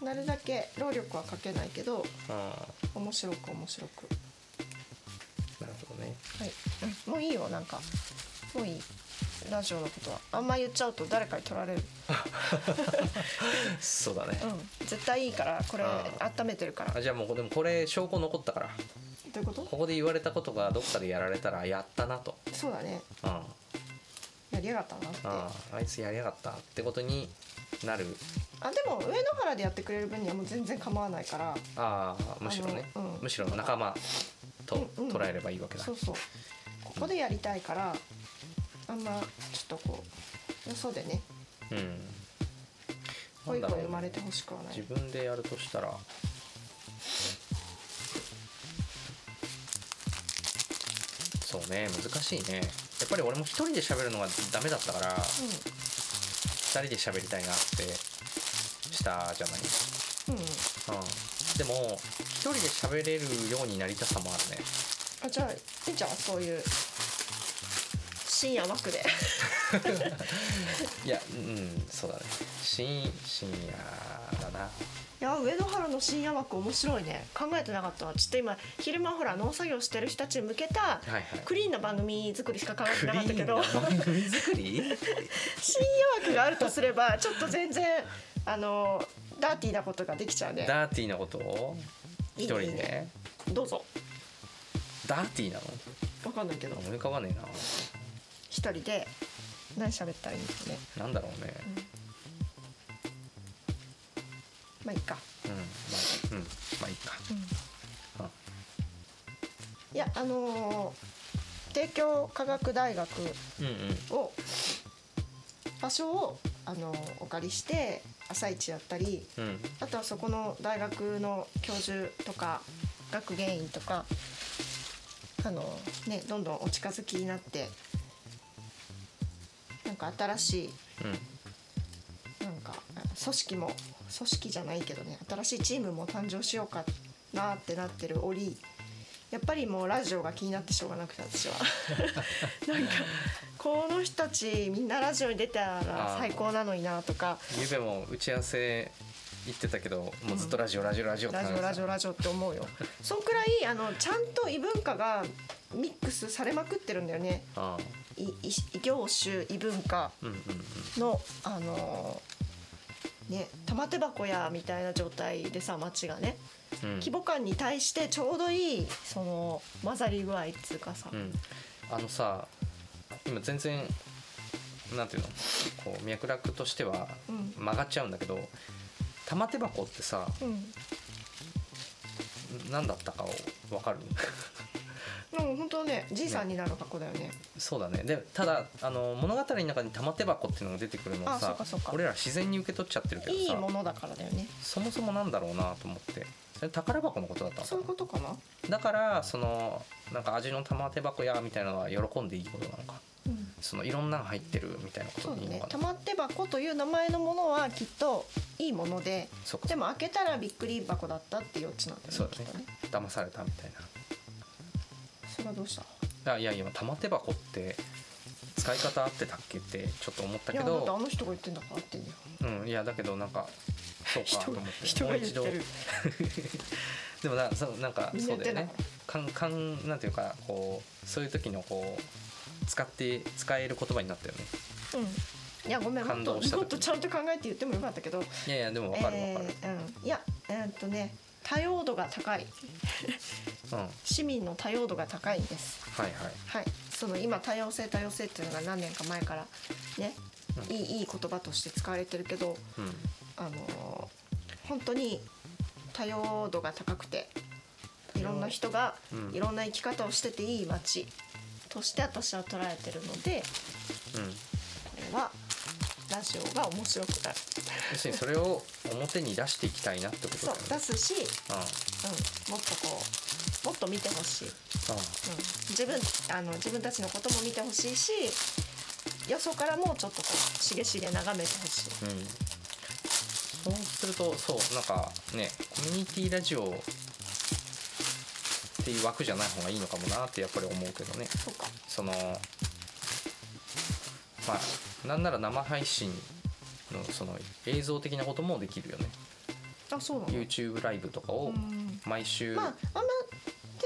[SPEAKER 3] うなるだけ労力はかけないけど
[SPEAKER 2] うん
[SPEAKER 3] 面白く面白く
[SPEAKER 2] なるほどね
[SPEAKER 3] はい、うんもういいよなんかもういいラジオのことはあんま言っちゃうと誰かに取られる
[SPEAKER 2] そうだね、
[SPEAKER 3] うん絶対いいからこれ
[SPEAKER 2] あ
[SPEAKER 3] 温めてるからど
[SPEAKER 2] あじゃあもうでもこれ証拠残ったから
[SPEAKER 3] ういうこと
[SPEAKER 2] ここで言われたことがどっかでやられたらやったなと、
[SPEAKER 3] そうだね
[SPEAKER 2] うん、あ
[SPEAKER 3] やりやがったなってあ
[SPEAKER 2] ああいつやりやがったってことになる
[SPEAKER 3] でも上野原でやってくれる分にはもう全然構わないから
[SPEAKER 2] ああむしろね、
[SPEAKER 3] あのうん
[SPEAKER 2] むしろ仲間と
[SPEAKER 3] うんうん
[SPEAKER 2] 捉えればいいわけだ、
[SPEAKER 3] そうそうここでやりたいからあんまちょっとこうよそでね
[SPEAKER 2] うん
[SPEAKER 3] 恋
[SPEAKER 2] な
[SPEAKER 3] 子
[SPEAKER 2] んだろう
[SPEAKER 3] 生まれてほしくはない
[SPEAKER 2] 自分でやるとしたらそうね難しいねやっぱり俺も一人で喋るのがダメだったから
[SPEAKER 3] う
[SPEAKER 2] 二人で喋りたいなってしたじゃない、
[SPEAKER 3] んうん
[SPEAKER 2] うん、でも一人で喋れるようになりたさもあるね
[SPEAKER 3] あじゃあみーちゃんはそういう深夜枠で
[SPEAKER 2] いやうんそうだね深深夜だない
[SPEAKER 3] や上野原の深夜枠面白いね考えてなかったわちょっと今昼間ほら農作業してる人たちに向けた
[SPEAKER 2] はいはい
[SPEAKER 3] クリーンな番組作りしか考えて
[SPEAKER 2] クリ
[SPEAKER 3] なかった
[SPEAKER 2] ー
[SPEAKER 3] け
[SPEAKER 2] ン
[SPEAKER 3] ど
[SPEAKER 2] な
[SPEAKER 3] 深
[SPEAKER 2] 番組作り
[SPEAKER 3] 夜枠があるとすればちょっと全然あのダーティーなことができちゃうね
[SPEAKER 2] ダーティーなことを
[SPEAKER 3] い
[SPEAKER 2] 一
[SPEAKER 3] い
[SPEAKER 2] 人
[SPEAKER 3] ね
[SPEAKER 2] で
[SPEAKER 3] いいねどうぞ
[SPEAKER 2] ダーティーなの
[SPEAKER 3] わかんないけど
[SPEAKER 2] 思い浮かばねえな
[SPEAKER 3] 一人で何喋ったらいいんだろうね
[SPEAKER 2] なんだろうね。
[SPEAKER 3] まあいいか
[SPEAKER 2] うん、まあ、うん、まあいいか。うん
[SPEAKER 3] いやあのー帝京科学大学
[SPEAKER 2] うんうん。
[SPEAKER 3] を場所をあのお借りして朝市やったり
[SPEAKER 2] うん、
[SPEAKER 3] あとはそこの大学の教授とか学芸員とかあの、ね、どんどんお近づきになってなんか新し
[SPEAKER 2] うん、
[SPEAKER 3] いなんか組織も組織じゃないけどね新しいチームも誕生しようかなってなってる折やっぱりもうラジオが気になってしょうがなくて私はなんかこの人たちみんなラジオに出たら最高なのになとか
[SPEAKER 2] ゆうべも打ち合わせ行ってたけど、もうずっとラジオ、ラジオ、ラジオって
[SPEAKER 3] ラ
[SPEAKER 2] 話
[SPEAKER 3] ジ
[SPEAKER 2] して
[SPEAKER 3] オ
[SPEAKER 2] た。
[SPEAKER 3] ラジオラジオって思うよそんくらいあのちゃんと異文化がミックスされまくってるんだよね
[SPEAKER 2] ああ、
[SPEAKER 3] いい異業種異文化
[SPEAKER 2] うんうんうん。
[SPEAKER 3] の、あのーね、玉手箱やみたいな状態でさ街がね
[SPEAKER 2] うん
[SPEAKER 3] 規模感に対してちょうどいいその混ざり具合っつうかさ、
[SPEAKER 2] うん、あのさ今全然なんていうのこう脈絡としては
[SPEAKER 3] うん
[SPEAKER 2] 曲がっちゃうんだけど玉手箱ってさ
[SPEAKER 3] うん、
[SPEAKER 2] 何だったかを分かる
[SPEAKER 3] でも本当ねじいさんになる箱だよね
[SPEAKER 2] そうだねでただあの物語の中に玉手箱っていうのが出てくるのは
[SPEAKER 3] あそう
[SPEAKER 2] さ
[SPEAKER 3] かそうか
[SPEAKER 2] 俺ら自然に受け取っちゃってるけど
[SPEAKER 3] いい
[SPEAKER 2] さ
[SPEAKER 3] ものだからだよね
[SPEAKER 2] そもそもなんだろうなと思ってそれ宝箱のことだったのか
[SPEAKER 3] そういう
[SPEAKER 2] な
[SPEAKER 3] ことかな、
[SPEAKER 2] だからそのなんか味の玉手箱やみたいなのは喜んでいいことなのか
[SPEAKER 3] うん、
[SPEAKER 2] そのいろんなの入ってるみたいなこと
[SPEAKER 3] そう
[SPEAKER 2] でい
[SPEAKER 3] だ
[SPEAKER 2] いの
[SPEAKER 3] ね
[SPEAKER 2] かな
[SPEAKER 3] 玉手箱という名前のものはきっといいもので
[SPEAKER 2] そうか
[SPEAKER 3] でも開けたらびっくり箱だったっていうオチなんだよね
[SPEAKER 2] そうだね
[SPEAKER 3] きっとね
[SPEAKER 2] 騙されたみたい
[SPEAKER 3] それはどうした
[SPEAKER 2] なあいやいや玉手箱って使い方合ってたっけってちょっと思った
[SPEAKER 3] い
[SPEAKER 2] け
[SPEAKER 3] やだってあ
[SPEAKER 2] ど
[SPEAKER 3] の人が言ってんだから合ってんだよ
[SPEAKER 2] うんいやだけどなんかそうかと思って
[SPEAKER 3] 人が言ってる
[SPEAKER 2] でもなそうなんか
[SPEAKER 3] みんな
[SPEAKER 2] そ
[SPEAKER 3] 言
[SPEAKER 2] う
[SPEAKER 3] っ
[SPEAKER 2] だ
[SPEAKER 3] て
[SPEAKER 2] よ
[SPEAKER 3] んだ
[SPEAKER 2] ね
[SPEAKER 3] か
[SPEAKER 2] かんかんなんていうかこうそういう時のこう使って使える言葉になったよね
[SPEAKER 3] らうんいやごめんもっ
[SPEAKER 2] 感
[SPEAKER 3] と
[SPEAKER 2] 動した時
[SPEAKER 3] もっとちゃんと考えて言ってもよかったけど
[SPEAKER 2] いやいやでも分かる分かる、
[SPEAKER 3] えーうん、いやえーっとね多様度が高い
[SPEAKER 2] うん
[SPEAKER 3] 市民の多様度が高いんです
[SPEAKER 2] はいはい
[SPEAKER 3] はいその今多様性多様性っていうのが何年か前からね
[SPEAKER 2] うん
[SPEAKER 3] いいいい言葉として使われてるけど
[SPEAKER 2] うん
[SPEAKER 3] あのー本当に多様度が高くていろんな人が
[SPEAKER 2] うん
[SPEAKER 3] いろんな生き方をしてていい街として私は捉えてるので
[SPEAKER 2] うん
[SPEAKER 3] これはラジオが面白くなる
[SPEAKER 2] 要するにそれを表に出していきたいなってことだ
[SPEAKER 3] そう
[SPEAKER 2] よね
[SPEAKER 3] 出すし、
[SPEAKER 2] うん
[SPEAKER 3] うん、もっとこうもっと見てほしい。
[SPEAKER 2] う
[SPEAKER 3] うん自分あの自分たちのことも見てほしいしよそからもちょっとこうしげしげ眺めてほしい
[SPEAKER 2] んうんそうするとそうなんかねコミュニティラジオっていう枠じゃない方がいいのかもなってやっぱり思うけどね
[SPEAKER 3] そうか
[SPEAKER 2] そのまあなんなら生配信のその映像的なこともできるよね
[SPEAKER 3] あそうなの、
[SPEAKER 2] YouTube ライブとか
[SPEAKER 3] う
[SPEAKER 2] を
[SPEAKER 3] ん、
[SPEAKER 2] 毎週、
[SPEAKER 3] まああんま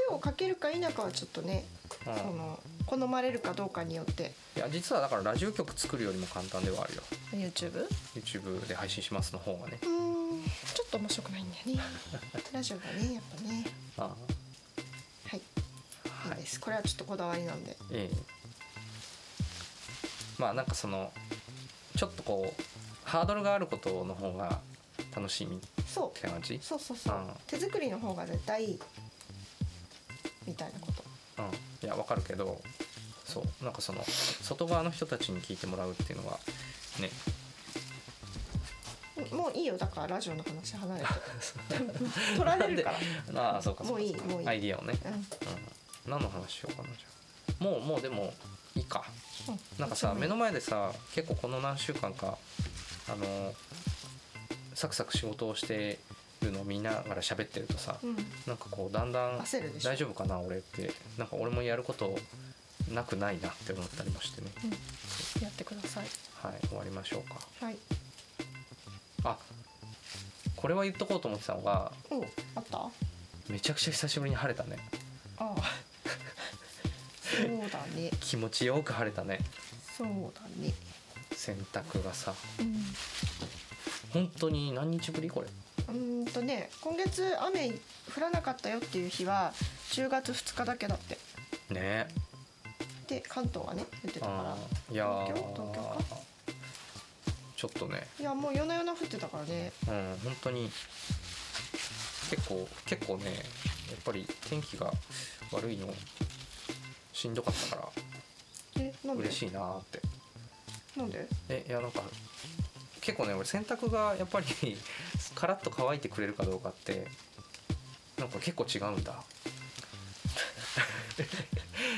[SPEAKER 3] 手をかけるか否かはちょっとね、
[SPEAKER 2] うん
[SPEAKER 3] その好まれるかどうかによって
[SPEAKER 2] いや実はだからラジオ局作るよりも簡単ではあるよ
[SPEAKER 3] YouTube?
[SPEAKER 2] YouTube で配信しますの方がね
[SPEAKER 3] うんちょっと面白くないんだ よねラジオがねやっぱね
[SPEAKER 2] あ
[SPEAKER 3] はいいいですこれはちょっとこだわりなんで
[SPEAKER 2] ええまあなんかそのちょっとこうハードルがあることの方が楽しみっ
[SPEAKER 3] そ
[SPEAKER 2] て感じ、うん
[SPEAKER 3] う、そうそうそう
[SPEAKER 2] うん
[SPEAKER 3] 手作りの方が絶対いいみたいなこと
[SPEAKER 2] いやわかるけどそうなんかその外側の人たちに聞いてもらうっていうのはね
[SPEAKER 3] もういいよだからラジオの話離れて取られるから
[SPEAKER 2] ああそうかそ
[SPEAKER 3] も
[SPEAKER 2] う
[SPEAKER 3] う
[SPEAKER 2] か
[SPEAKER 3] いい
[SPEAKER 2] そうか
[SPEAKER 3] もういい
[SPEAKER 2] アイディアをね、
[SPEAKER 3] うん
[SPEAKER 2] うん、何の話しようかなじゃあもうもうでもいいか
[SPEAKER 3] うん
[SPEAKER 2] なんかさ目の前でさ結構この何週間かあのサクサク仕事をしてるのを見ながら喋ってるとさ
[SPEAKER 3] うん
[SPEAKER 2] なんかこうだんだん
[SPEAKER 3] 焦るでしょ
[SPEAKER 2] 大丈夫かな俺ってなんか俺もやることなくないなって思ったりもしてね
[SPEAKER 3] やってください
[SPEAKER 2] はい終わりましょうか
[SPEAKER 3] はい
[SPEAKER 2] あこれは言っとこうと思ってたのが
[SPEAKER 3] おあったあ
[SPEAKER 2] めちゃくちゃ久しぶりに晴れたね
[SPEAKER 3] あそうだね
[SPEAKER 2] 気持ちよく晴れたね
[SPEAKER 3] そうだね
[SPEAKER 2] 洗濯がさ
[SPEAKER 3] う
[SPEAKER 2] 本当に何日ぶりこれ
[SPEAKER 3] んうーんとね今月雨降らなかったよっていう日は10月2日だけだって
[SPEAKER 2] ね
[SPEAKER 3] で関東はね言ってたから
[SPEAKER 2] あーいやー
[SPEAKER 3] 東京東京か
[SPEAKER 2] ちょっとね
[SPEAKER 3] いやもう夜な夜な降ってたからね
[SPEAKER 2] うん本当に結構結構ねやっぱり天気が悪いのしんどかったか
[SPEAKER 3] えな
[SPEAKER 2] ら
[SPEAKER 3] んで
[SPEAKER 2] 嬉しいなーって
[SPEAKER 3] なんで
[SPEAKER 2] えいやなんか結構ね俺洗濯がやっぱり カラッと乾いてくれるかどうかってなんか結構違うんだ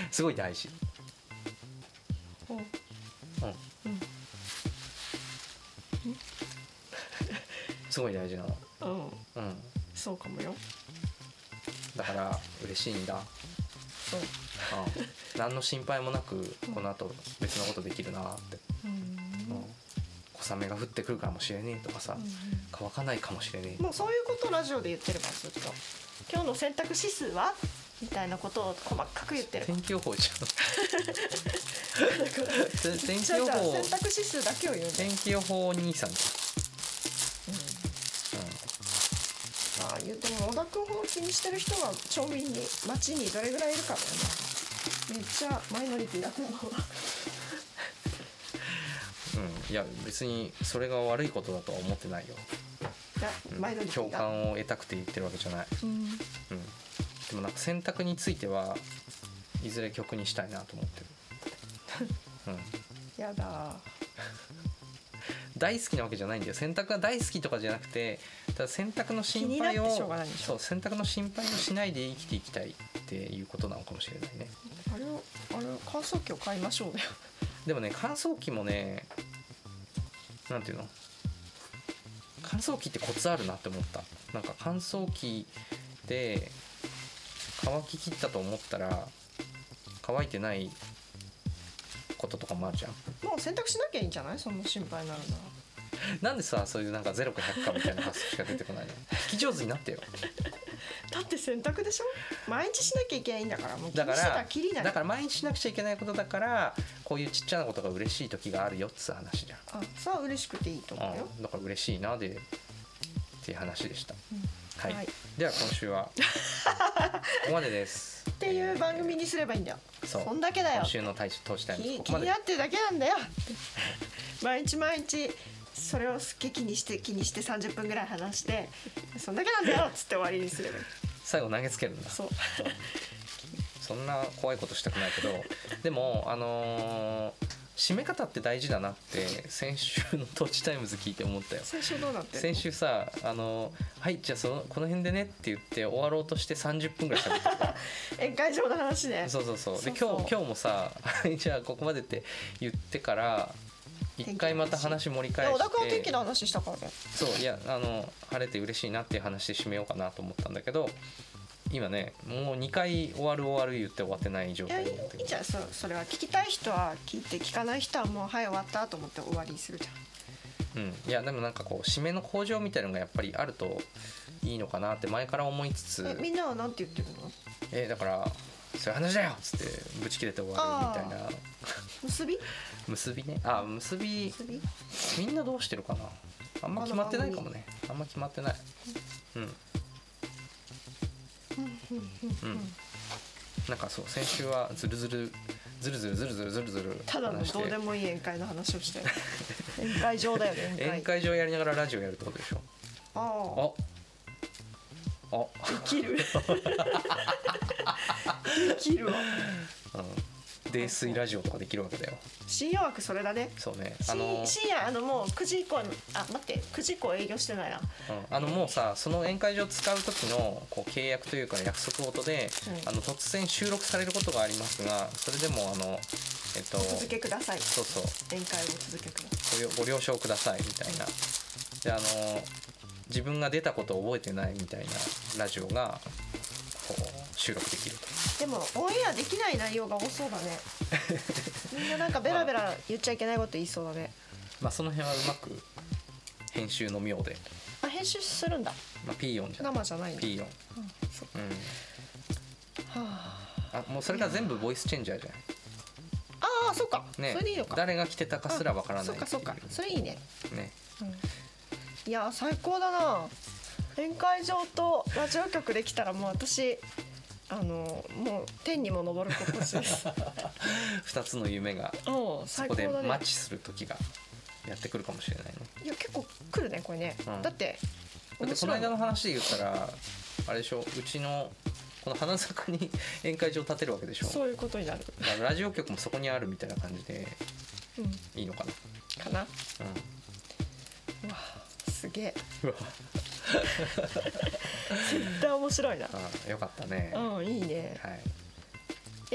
[SPEAKER 2] すごい大事
[SPEAKER 3] おうん
[SPEAKER 2] うんすごい大事なの
[SPEAKER 3] うん
[SPEAKER 2] うん
[SPEAKER 3] そうかもよ
[SPEAKER 2] だから嬉しいんだ
[SPEAKER 3] そう
[SPEAKER 2] うん何の心配もなくこのあと別のことできるなって、
[SPEAKER 3] うん
[SPEAKER 2] うん小雨が降ってくるかもしれねえとかさ、
[SPEAKER 3] うん
[SPEAKER 2] 乾かないかもしれねえ
[SPEAKER 3] もうそういうことをラジオで言ってるからずっと今日の選択指数はみたいなことを細かく言ってる
[SPEAKER 2] 天気予報 じゃん天気
[SPEAKER 3] じゃあ
[SPEAKER 2] 予
[SPEAKER 3] じゃあ
[SPEAKER 2] 報
[SPEAKER 3] 選択指数だけを言うんだ
[SPEAKER 2] 天気予報兄さん
[SPEAKER 3] 小田君ほど気にしてる人が町民に町にどれぐらいいるかだよねめっちゃマイノリティだと思うわ
[SPEAKER 2] うん、いや別にそれが悪いことだとは思ってないよ、
[SPEAKER 3] いや
[SPEAKER 2] うん
[SPEAKER 3] マイノリテ
[SPEAKER 2] 共
[SPEAKER 3] ィだ
[SPEAKER 2] 感を得たくて言ってるわけじゃない、
[SPEAKER 3] うん
[SPEAKER 2] うん、でもなんか選択についてはいずれ曲にしたいなと 思ってる、うん、
[SPEAKER 3] やだ
[SPEAKER 2] 大好きなわけじゃないんだよ選択が大好きとかじゃなくてただ選択の心
[SPEAKER 3] 気に
[SPEAKER 2] 配
[SPEAKER 3] なっ
[SPEAKER 2] を
[SPEAKER 3] てしょうがないんでしょ
[SPEAKER 2] そう選択の心配をしないで生きていきたいっていうことなのかもしれないね
[SPEAKER 3] あれをあれを乾燥機を買いましょうだよ
[SPEAKER 2] でもね乾燥機もねなんていうの乾燥機ってコツあるなって思ったなんか乾燥機で乾ききったと思ったら乾いてないこととかもあるじゃん
[SPEAKER 3] もう洗濯しなきゃいいんじゃないそんな心配になるなら
[SPEAKER 2] なんでさそういうなんか0か100かみたいな発想しか出てこないの 聞き上手になってよ
[SPEAKER 3] だって洗濯でしょ毎日しなきゃいけないんだからもう気
[SPEAKER 2] だ
[SPEAKER 3] に
[SPEAKER 2] か
[SPEAKER 3] してた
[SPEAKER 2] ら
[SPEAKER 3] らきりない
[SPEAKER 2] だから毎日しなくちゃいけないことだからこういうちっちゃなことが嬉しい時があるよっつう話じゃん
[SPEAKER 3] あさあ嬉しくていいと思うよ
[SPEAKER 2] うんだから嬉しいなでっていう話でした、はい、
[SPEAKER 3] はい
[SPEAKER 2] では 今週はここまでですっ
[SPEAKER 3] っていう番組にすればいいんだよ
[SPEAKER 2] そう
[SPEAKER 3] こんだけだよ
[SPEAKER 2] 今週の対投資タイムズ
[SPEAKER 3] 気
[SPEAKER 2] こ
[SPEAKER 3] 気
[SPEAKER 2] こま
[SPEAKER 3] に
[SPEAKER 2] で
[SPEAKER 3] なってるだけなんだよ毎日毎日それをすっげえ気にして気にして30分ぐらい話してそんだけなんだよっつって終わりにすればいい
[SPEAKER 2] 最後投げつけるんだ
[SPEAKER 3] そう
[SPEAKER 2] そんな怖いことしたくない けどでもあのー締め方って大事だなって先週の「トーチタイムズ」聞いて思ったよ
[SPEAKER 3] 最初どうなってる
[SPEAKER 2] 先週さ「あのーはいじゃあそのこの辺でね」って言って終わろうとして30分ぐらいしゃべってた
[SPEAKER 3] 宴会場の話 ね
[SPEAKER 2] そうそうそう
[SPEAKER 3] そ
[SPEAKER 2] で
[SPEAKER 3] うそう
[SPEAKER 2] 今日今日もさ 「じゃあここまで」って言ってから一回また話盛り
[SPEAKER 3] い
[SPEAKER 2] 返
[SPEAKER 3] や
[SPEAKER 2] し
[SPEAKER 3] 小田君は天気
[SPEAKER 2] て
[SPEAKER 3] の話したからね
[SPEAKER 2] そういやあの晴れて嬉しいなっていう話で締めようかなと思ったんだけど今ねもう2回終わる終わる言って終わってない状
[SPEAKER 3] いやい
[SPEAKER 2] 態
[SPEAKER 3] い
[SPEAKER 2] になって
[SPEAKER 3] いいじゃんそそれは聞きたい人は聞いて聞かない人はもうはい終わったと思って終わりにするじゃん
[SPEAKER 2] うん、いやでもなんかこう締めの向上みたいのがやっぱりあるといいのかなって前から思いつ
[SPEAKER 3] え
[SPEAKER 2] つ
[SPEAKER 3] みんなはなんて言ってるの
[SPEAKER 2] えだから「そういう話だよ!」っつってぶち切れて終わるみたいな
[SPEAKER 3] 結び
[SPEAKER 2] 結びねあ結び
[SPEAKER 3] 結び
[SPEAKER 2] みんなどうしてるかなあんま決まってないかもねあんま決まってないうんうんなんかそう先週はズルズルズルズルズルズルズルズル
[SPEAKER 3] ただの
[SPEAKER 2] 話して
[SPEAKER 3] どうでもいい宴会の話をして宴会場だよね
[SPEAKER 2] 宴会場やりながらラジオやるってことでしょ
[SPEAKER 3] あ
[SPEAKER 2] ああ
[SPEAKER 3] あ生きる生きるわ
[SPEAKER 2] あの泥酔ラジオとかできるわけだよ
[SPEAKER 3] 深夜枠それだね
[SPEAKER 2] そうねあの
[SPEAKER 3] 深深夜あのもう9時以降にあ待って9時以降営業してないな
[SPEAKER 2] うんあのもうさその宴会場使う時のこう契約というか約束事で、
[SPEAKER 3] うん
[SPEAKER 2] あの突然収録されることがありますがそれでもあのえっと
[SPEAKER 3] お続けください
[SPEAKER 2] そうそう
[SPEAKER 3] 宴会をお続けください
[SPEAKER 2] ご了ご了承くださいみたいなであの自分が出たことを覚えてないみたいなラジオがこう収録できると
[SPEAKER 3] でもオンエアできない内容が多そうだね みんななんかベラベラ言っちゃいけないこと言いそうだね
[SPEAKER 2] まあその辺はうまく編集の妙で、
[SPEAKER 3] あ編集するんだ
[SPEAKER 2] まあ、ピーヨンじゃない
[SPEAKER 3] 生じゃないの
[SPEAKER 2] ピーヨン
[SPEAKER 3] そっ
[SPEAKER 2] うん
[SPEAKER 3] はあ
[SPEAKER 2] あもうそれが全部ボイスチェンジャーじゃ
[SPEAKER 3] ああそうか、
[SPEAKER 2] ない
[SPEAKER 3] それでいいのか
[SPEAKER 2] 誰が来てたかすらわからない
[SPEAKER 3] そっかそっかそれいいね
[SPEAKER 2] ね
[SPEAKER 3] いや最高だな宴会場とラジオ局できたらもう私あのもう天にも昇る心地です
[SPEAKER 2] 2つの夢が
[SPEAKER 3] もう
[SPEAKER 2] そ
[SPEAKER 3] 最
[SPEAKER 2] こ
[SPEAKER 3] 高
[SPEAKER 2] で
[SPEAKER 3] だ
[SPEAKER 2] マ
[SPEAKER 3] ね
[SPEAKER 2] ッチする時がやってくるかもしれないね
[SPEAKER 3] いや結構来るねこれね、
[SPEAKER 2] うん
[SPEAKER 3] だって
[SPEAKER 2] だってこの間の話で言ったらあれでしょうちのこの花坂に宴会場建てるわけでしょ
[SPEAKER 3] そういうことになる、
[SPEAKER 2] だからラジオ局もそこにあるみたいな感じで
[SPEAKER 3] うん、
[SPEAKER 2] いいのか
[SPEAKER 3] かな
[SPEAKER 2] な、うん
[SPEAKER 3] うわすげえ
[SPEAKER 2] うわ
[SPEAKER 3] 絶対面白いな
[SPEAKER 2] ああよかったね、は
[SPEAKER 3] うんいいね
[SPEAKER 2] い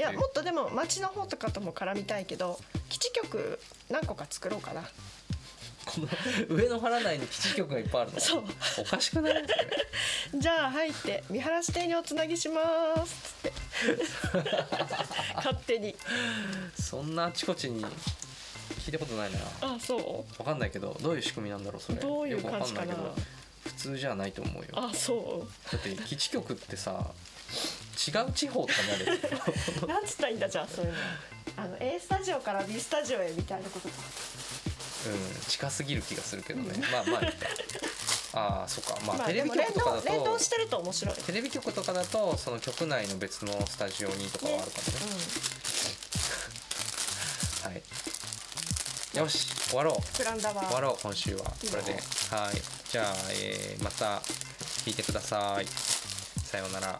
[SPEAKER 3] いやもっとでも町の方とかとも絡みたいけど基地局何個か作ろうかな
[SPEAKER 2] この上野原内に基地局がいっぱいあるの
[SPEAKER 3] そう
[SPEAKER 2] おかしくないですね
[SPEAKER 3] じゃあ入って見晴らし邸におつなぎしますつって勝手に
[SPEAKER 2] そんなあちこちに聞いたことないな
[SPEAKER 3] あそう
[SPEAKER 2] わかんないけどどういう仕組みなんだろうそれ
[SPEAKER 3] どういう
[SPEAKER 2] よくわ
[SPEAKER 3] 感
[SPEAKER 2] か
[SPEAKER 3] じ
[SPEAKER 2] んな
[SPEAKER 3] か
[SPEAKER 2] いけ
[SPEAKER 3] な
[SPEAKER 2] ど普通じゃないと思うよ
[SPEAKER 3] あそ
[SPEAKER 2] だって基地局ってさ違う地方とかにあるよ
[SPEAKER 3] うなんつったらいいんだじゃあそういうのあの A スタジオから B スタジオへみたいなことか
[SPEAKER 2] うん近すぎる気がするけどねまあまあいいかああそっかまあ、
[SPEAKER 3] まあ
[SPEAKER 2] テレ
[SPEAKER 3] で
[SPEAKER 2] ビ
[SPEAKER 3] も連
[SPEAKER 2] 局とかだ
[SPEAKER 3] 動連動
[SPEAKER 2] と
[SPEAKER 3] してると面白い。
[SPEAKER 2] テレビ局とかだとその局内の別のスタジオにとかはあるかもね
[SPEAKER 3] うん。
[SPEAKER 2] はいよし終わろう
[SPEAKER 3] プランダは。
[SPEAKER 2] 終わろう今週はこれではいじゃあ、えーまた聞いてくださいさようなら